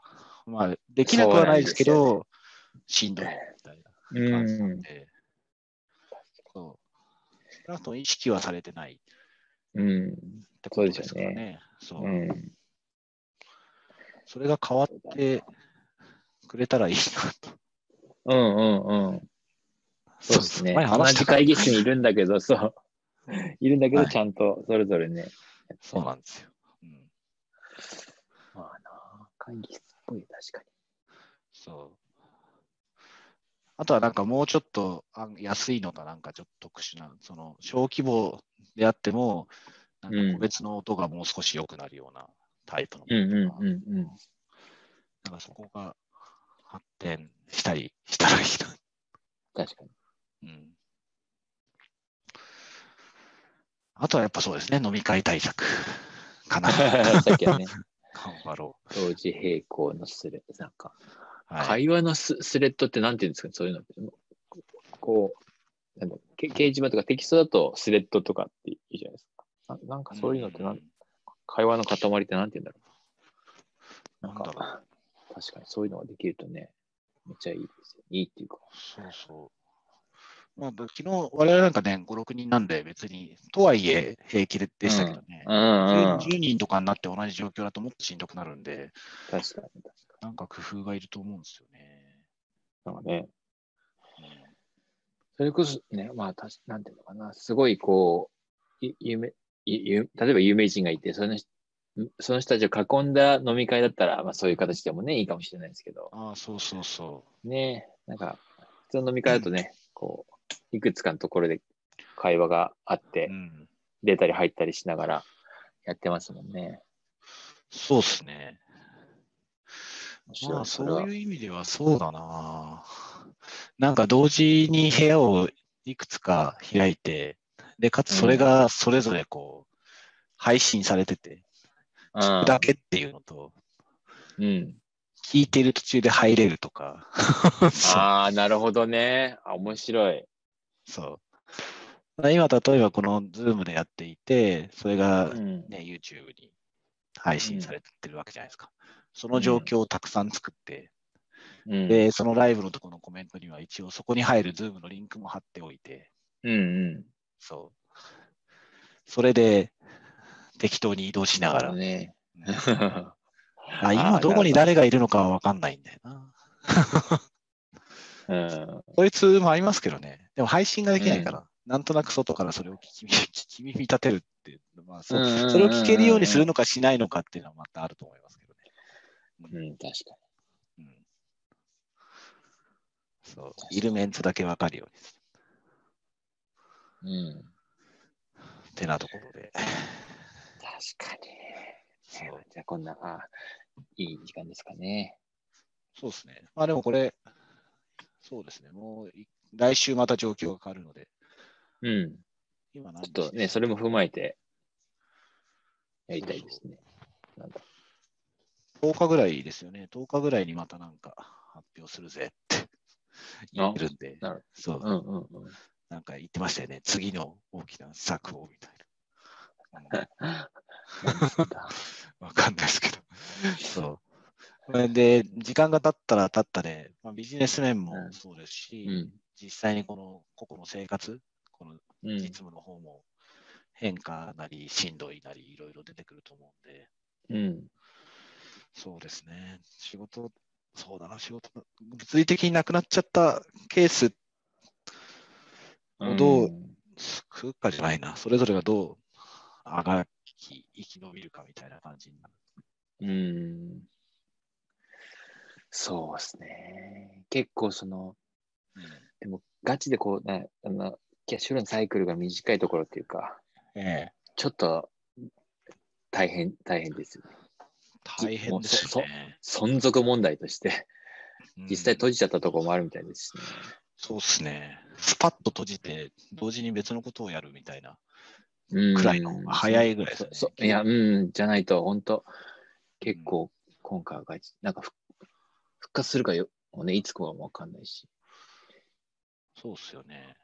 Speaker 2: まあ、できなくはないですけ
Speaker 1: そう
Speaker 2: ど、しんどいみたいな
Speaker 1: う
Speaker 2: 感じなん
Speaker 1: ん。
Speaker 2: で、そう少なくとも意識はされてないっ
Speaker 1: うん。
Speaker 2: てことですからね。そう
Speaker 1: うん。
Speaker 2: それが変わってくれたらいいなと。
Speaker 1: うんうんうん。そうですね。
Speaker 2: 前
Speaker 1: 同
Speaker 2: 話し
Speaker 1: じ
Speaker 2: た
Speaker 1: 会議室にいるんだけど、そう。いるんだけど、
Speaker 2: はい
Speaker 1: ちゃんとそれぞれね。
Speaker 2: そうなんですよ。うん
Speaker 1: まあな、会議室っぽい、確か
Speaker 2: そう。あとはなんかもうちょっとあ安いのがなんかちょっと特殊な、その小規模であっても、なん
Speaker 1: うん
Speaker 2: か個別の音がもう少し良くなるようなタイプの
Speaker 1: に。う
Speaker 2: も
Speaker 1: ん
Speaker 2: のとか、
Speaker 1: うんうんう
Speaker 2: な
Speaker 1: ん。
Speaker 2: んかそこが発展したりしたらいい
Speaker 1: 確かに。
Speaker 2: な。うん。あとはやっぱそうですね、飲み会対策か [laughs] な。
Speaker 1: [laughs] さっきはね、
Speaker 2: 頑張ろう。
Speaker 1: 同時並行のスレッド、なんか、
Speaker 2: はい。
Speaker 1: 会話のススレッドってなんていうんですかね、そういうのって。こう、なんだけ掲示板とかテキストだとスレッドとかっていいじゃないですか。ななんかそういうのってなん、
Speaker 2: ん
Speaker 1: 会話の塊ってなんて言うんだろう。
Speaker 2: なんだろう。
Speaker 1: 確かにそういうのができるとね、めっちゃいいですよ。いいっていうか。
Speaker 2: そうそう。まあ、昨日、我々なんかね、5、6人なんで、別に、とはいえ平気ででしたけどね、
Speaker 1: うん、
Speaker 2: 10人とかになって同じ状況だともっとしんどくなるんで、
Speaker 1: 確かに、確か
Speaker 2: なんか工夫がいると思うんですよね。
Speaker 1: に。なんかね、それこそね、まあ、たしなんていうのかな、すごいこう、い有名い有例えば有名人がいて、その人その人たちを囲んだ飲み会だったら、まあそういう形でもね、いいかもしれないですけど、
Speaker 2: うんああ、そうそうそ
Speaker 1: ね、なんか、普通の飲み会だとね、こう、いくつかのところで会話があっ
Speaker 2: う。
Speaker 1: て
Speaker 2: う、ん、
Speaker 1: 出たり入ったりしながらやってますもんね。
Speaker 2: そうですね。
Speaker 1: 面白い
Speaker 2: まあ、
Speaker 1: そ
Speaker 2: そ
Speaker 1: れは
Speaker 2: ういう意味ではそうだな。なんか同時に部屋をいくつか開いて、で、かつそれがそれぞれこう、配信されてて、聞くだけっていうのと、
Speaker 1: うん。うん、
Speaker 2: 聞いてる途中で入れるとか。 [laughs] そう
Speaker 1: ああ、なるほどね。あ面白い。
Speaker 2: そう。今、例えばこの Zoom でやっていて、それが、
Speaker 1: うん
Speaker 2: ね YouTube に配信されてるわけじゃないですか。その状況をたくさん作って、
Speaker 1: うん
Speaker 2: で、そのライブのところのコメントには一応そこに入る Zoom のリンクも貼っておいて、
Speaker 1: うん
Speaker 2: そう。それで適当に移動しなが
Speaker 1: う
Speaker 2: ら
Speaker 1: ん。、ね。 [laughs]
Speaker 2: あ今どこに誰がいるのかは分かんないんだよな。
Speaker 1: うん。
Speaker 2: そういうツールもありますけどね。でも配信ができないから、なんとなく外からそれを聞き [laughs] 聞き耳立てるっていうのは、まあそう
Speaker 1: うんうんうんうん
Speaker 2: それを聞けるようにするのかしないのかっていうのはまたあると思いますけどね。
Speaker 1: うん、確かに。
Speaker 2: うんそういるメンツだけ分かるようにす
Speaker 1: うん。
Speaker 2: る。てなところで。
Speaker 1: 確かに。
Speaker 2: そう
Speaker 1: じゃあ、こんな、あいい時間ですかね。
Speaker 2: そうですね。まあでもこれ、そうですね。もうい来週また状況が変わるので、
Speaker 1: うん。
Speaker 2: 今何
Speaker 1: ち
Speaker 2: 日
Speaker 1: ょっとね、それも踏まえて、やりたいですね。なんだ
Speaker 2: 10日ぐらいですよね。10日ぐらいにまたなんか発表するぜって言ってるんで
Speaker 1: なる、
Speaker 2: そう、
Speaker 1: うんうんうん。
Speaker 2: なんか言ってましたよね。次の大きな策をみたいな。うん
Speaker 1: なんだ
Speaker 2: わかんないですけど。そう。これで、時間が経ったら経ったで、まあ、ビジネス面もそうですし、
Speaker 1: うん。
Speaker 2: 実際にこの個々の生活、この
Speaker 1: うん
Speaker 2: 実務の方も変化なり、しんどいなり、いろいろ出てくると思うんで、
Speaker 1: うん。
Speaker 2: そうですね。仕事、そうだな、仕事、物理的になくなっちゃったケース
Speaker 1: うん。
Speaker 2: どう食うかじゃないな、それぞれがどうあがき、生き延びるかみたいな感じになる。
Speaker 1: うん。そうですね。結構、その、でも、ガチでこう、なあのキャッシュフローのサイクルが短いところっていうか、
Speaker 2: ええ、
Speaker 1: ちょっと大変、大変ですよね。
Speaker 2: 大変ですよね。
Speaker 1: 存続問題として、実際閉
Speaker 2: じ
Speaker 1: じちゃったところもあるみたいですしね。
Speaker 2: そうですね。スパッと閉じて、同時に別のことをやるみたいな
Speaker 1: うん
Speaker 2: くらいの方が早いぐらいです
Speaker 1: そ
Speaker 2: ね。
Speaker 1: そいや、うん、じゃないと、本当結構、今回はガチ、なんか復、復活するかよ、もうね、いつかはわかんないし。
Speaker 2: そうですよね。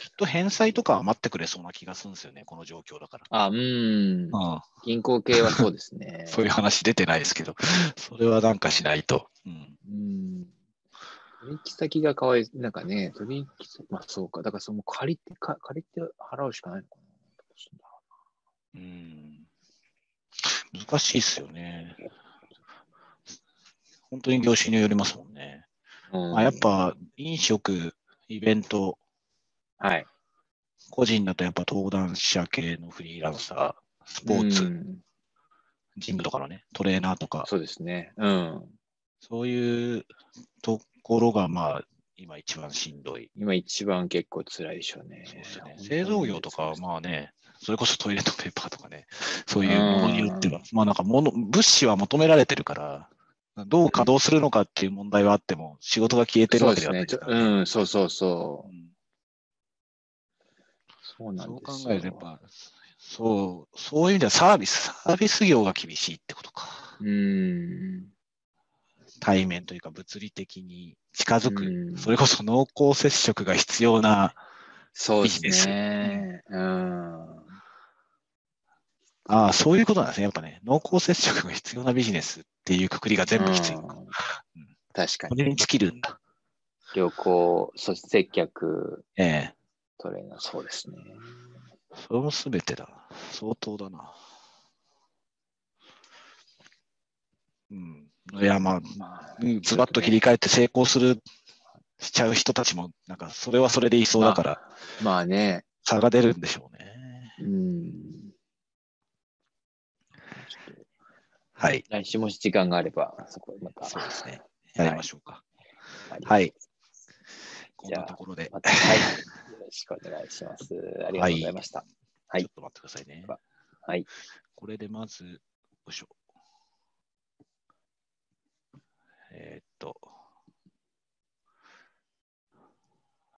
Speaker 2: きっと返済とかは待ってくれそうな気がするんですよね、この状況だから。
Speaker 1: あ、うん、
Speaker 2: うん、
Speaker 1: 銀行系はそうです
Speaker 2: [laughs]。
Speaker 1: ね
Speaker 2: そういう話出てないですけど、それはなんかしないと。うん、
Speaker 1: うん。取引先がかわいい。なんかね、取引先、まあそうか。だからその借りてか、借りて払うしかないのかな。どうすんだろ
Speaker 2: うん。難しいですよね。本当に業種によりますもんね。
Speaker 1: ううん
Speaker 2: まあ、やっ。ぱ飲食、イベント、
Speaker 1: はい。
Speaker 2: 個人だとやっぱ登壇者系のフリーランサー、スポーツ、
Speaker 1: うん
Speaker 2: ジムとかのね、トレーナーとか、
Speaker 1: そうですね。うん。
Speaker 2: そういうところがまあ今一番しんどい。
Speaker 1: 今一番結構辛いでしょうね。
Speaker 2: そうです
Speaker 1: 本
Speaker 2: ね
Speaker 1: 当に
Speaker 2: 製造業とかはまあね、それこそトイレットペーパーとかね、そういうものによっては、まあなんか物、物資は求められてるから、どう稼働するのかっていう問題はあっても、仕事が消えてる
Speaker 1: そう
Speaker 2: わ
Speaker 1: で
Speaker 2: けですはないで
Speaker 1: ね。ち
Speaker 2: す
Speaker 1: ょ
Speaker 2: からね。
Speaker 1: うん、そうそうそう。そう
Speaker 2: うん
Speaker 1: なん
Speaker 2: そう
Speaker 1: で
Speaker 2: 考
Speaker 1: すよ。
Speaker 2: えるとやっぱ、そう、そういう意味ではサービス、サービス業が厳しいってことか。
Speaker 1: うん。
Speaker 2: 対面というか物理的に近づく、
Speaker 1: うん
Speaker 2: それこそ濃厚接触が必要な
Speaker 1: そうです
Speaker 2: ビジ
Speaker 1: ね。うん。
Speaker 2: ああ、そういうことなんですね。やっぱね、濃厚接触が必要なビジネスっていうくくりが全部きついのか。
Speaker 1: うん確か
Speaker 2: こ
Speaker 1: に。
Speaker 2: れに尽きるんだ。
Speaker 1: 旅行、そして接客、
Speaker 2: ええ。
Speaker 1: トレーナー、そうですね。
Speaker 2: それも全てだ。相当だな。うん。いや、まあ、
Speaker 1: まあ
Speaker 2: うんズバッと切り替えて成功する、しちゃう人たちも、なんか、それはそれでいそうだから、
Speaker 1: まあね。
Speaker 2: 差が出るんでしょうね。
Speaker 1: うん。
Speaker 2: はい。
Speaker 1: 来週もし時間があれば、そこまた。
Speaker 2: そうですね。
Speaker 1: は
Speaker 2: や
Speaker 1: い
Speaker 2: りましょうか。
Speaker 1: い。
Speaker 2: はい。こん
Speaker 1: じゃあ
Speaker 2: なところで、
Speaker 1: また、はい。よろしくお願いします。ありがとうございました。はい
Speaker 2: ちょっと待ってくださいね。
Speaker 1: はい。
Speaker 2: これでまず、よいしょ。えーっと。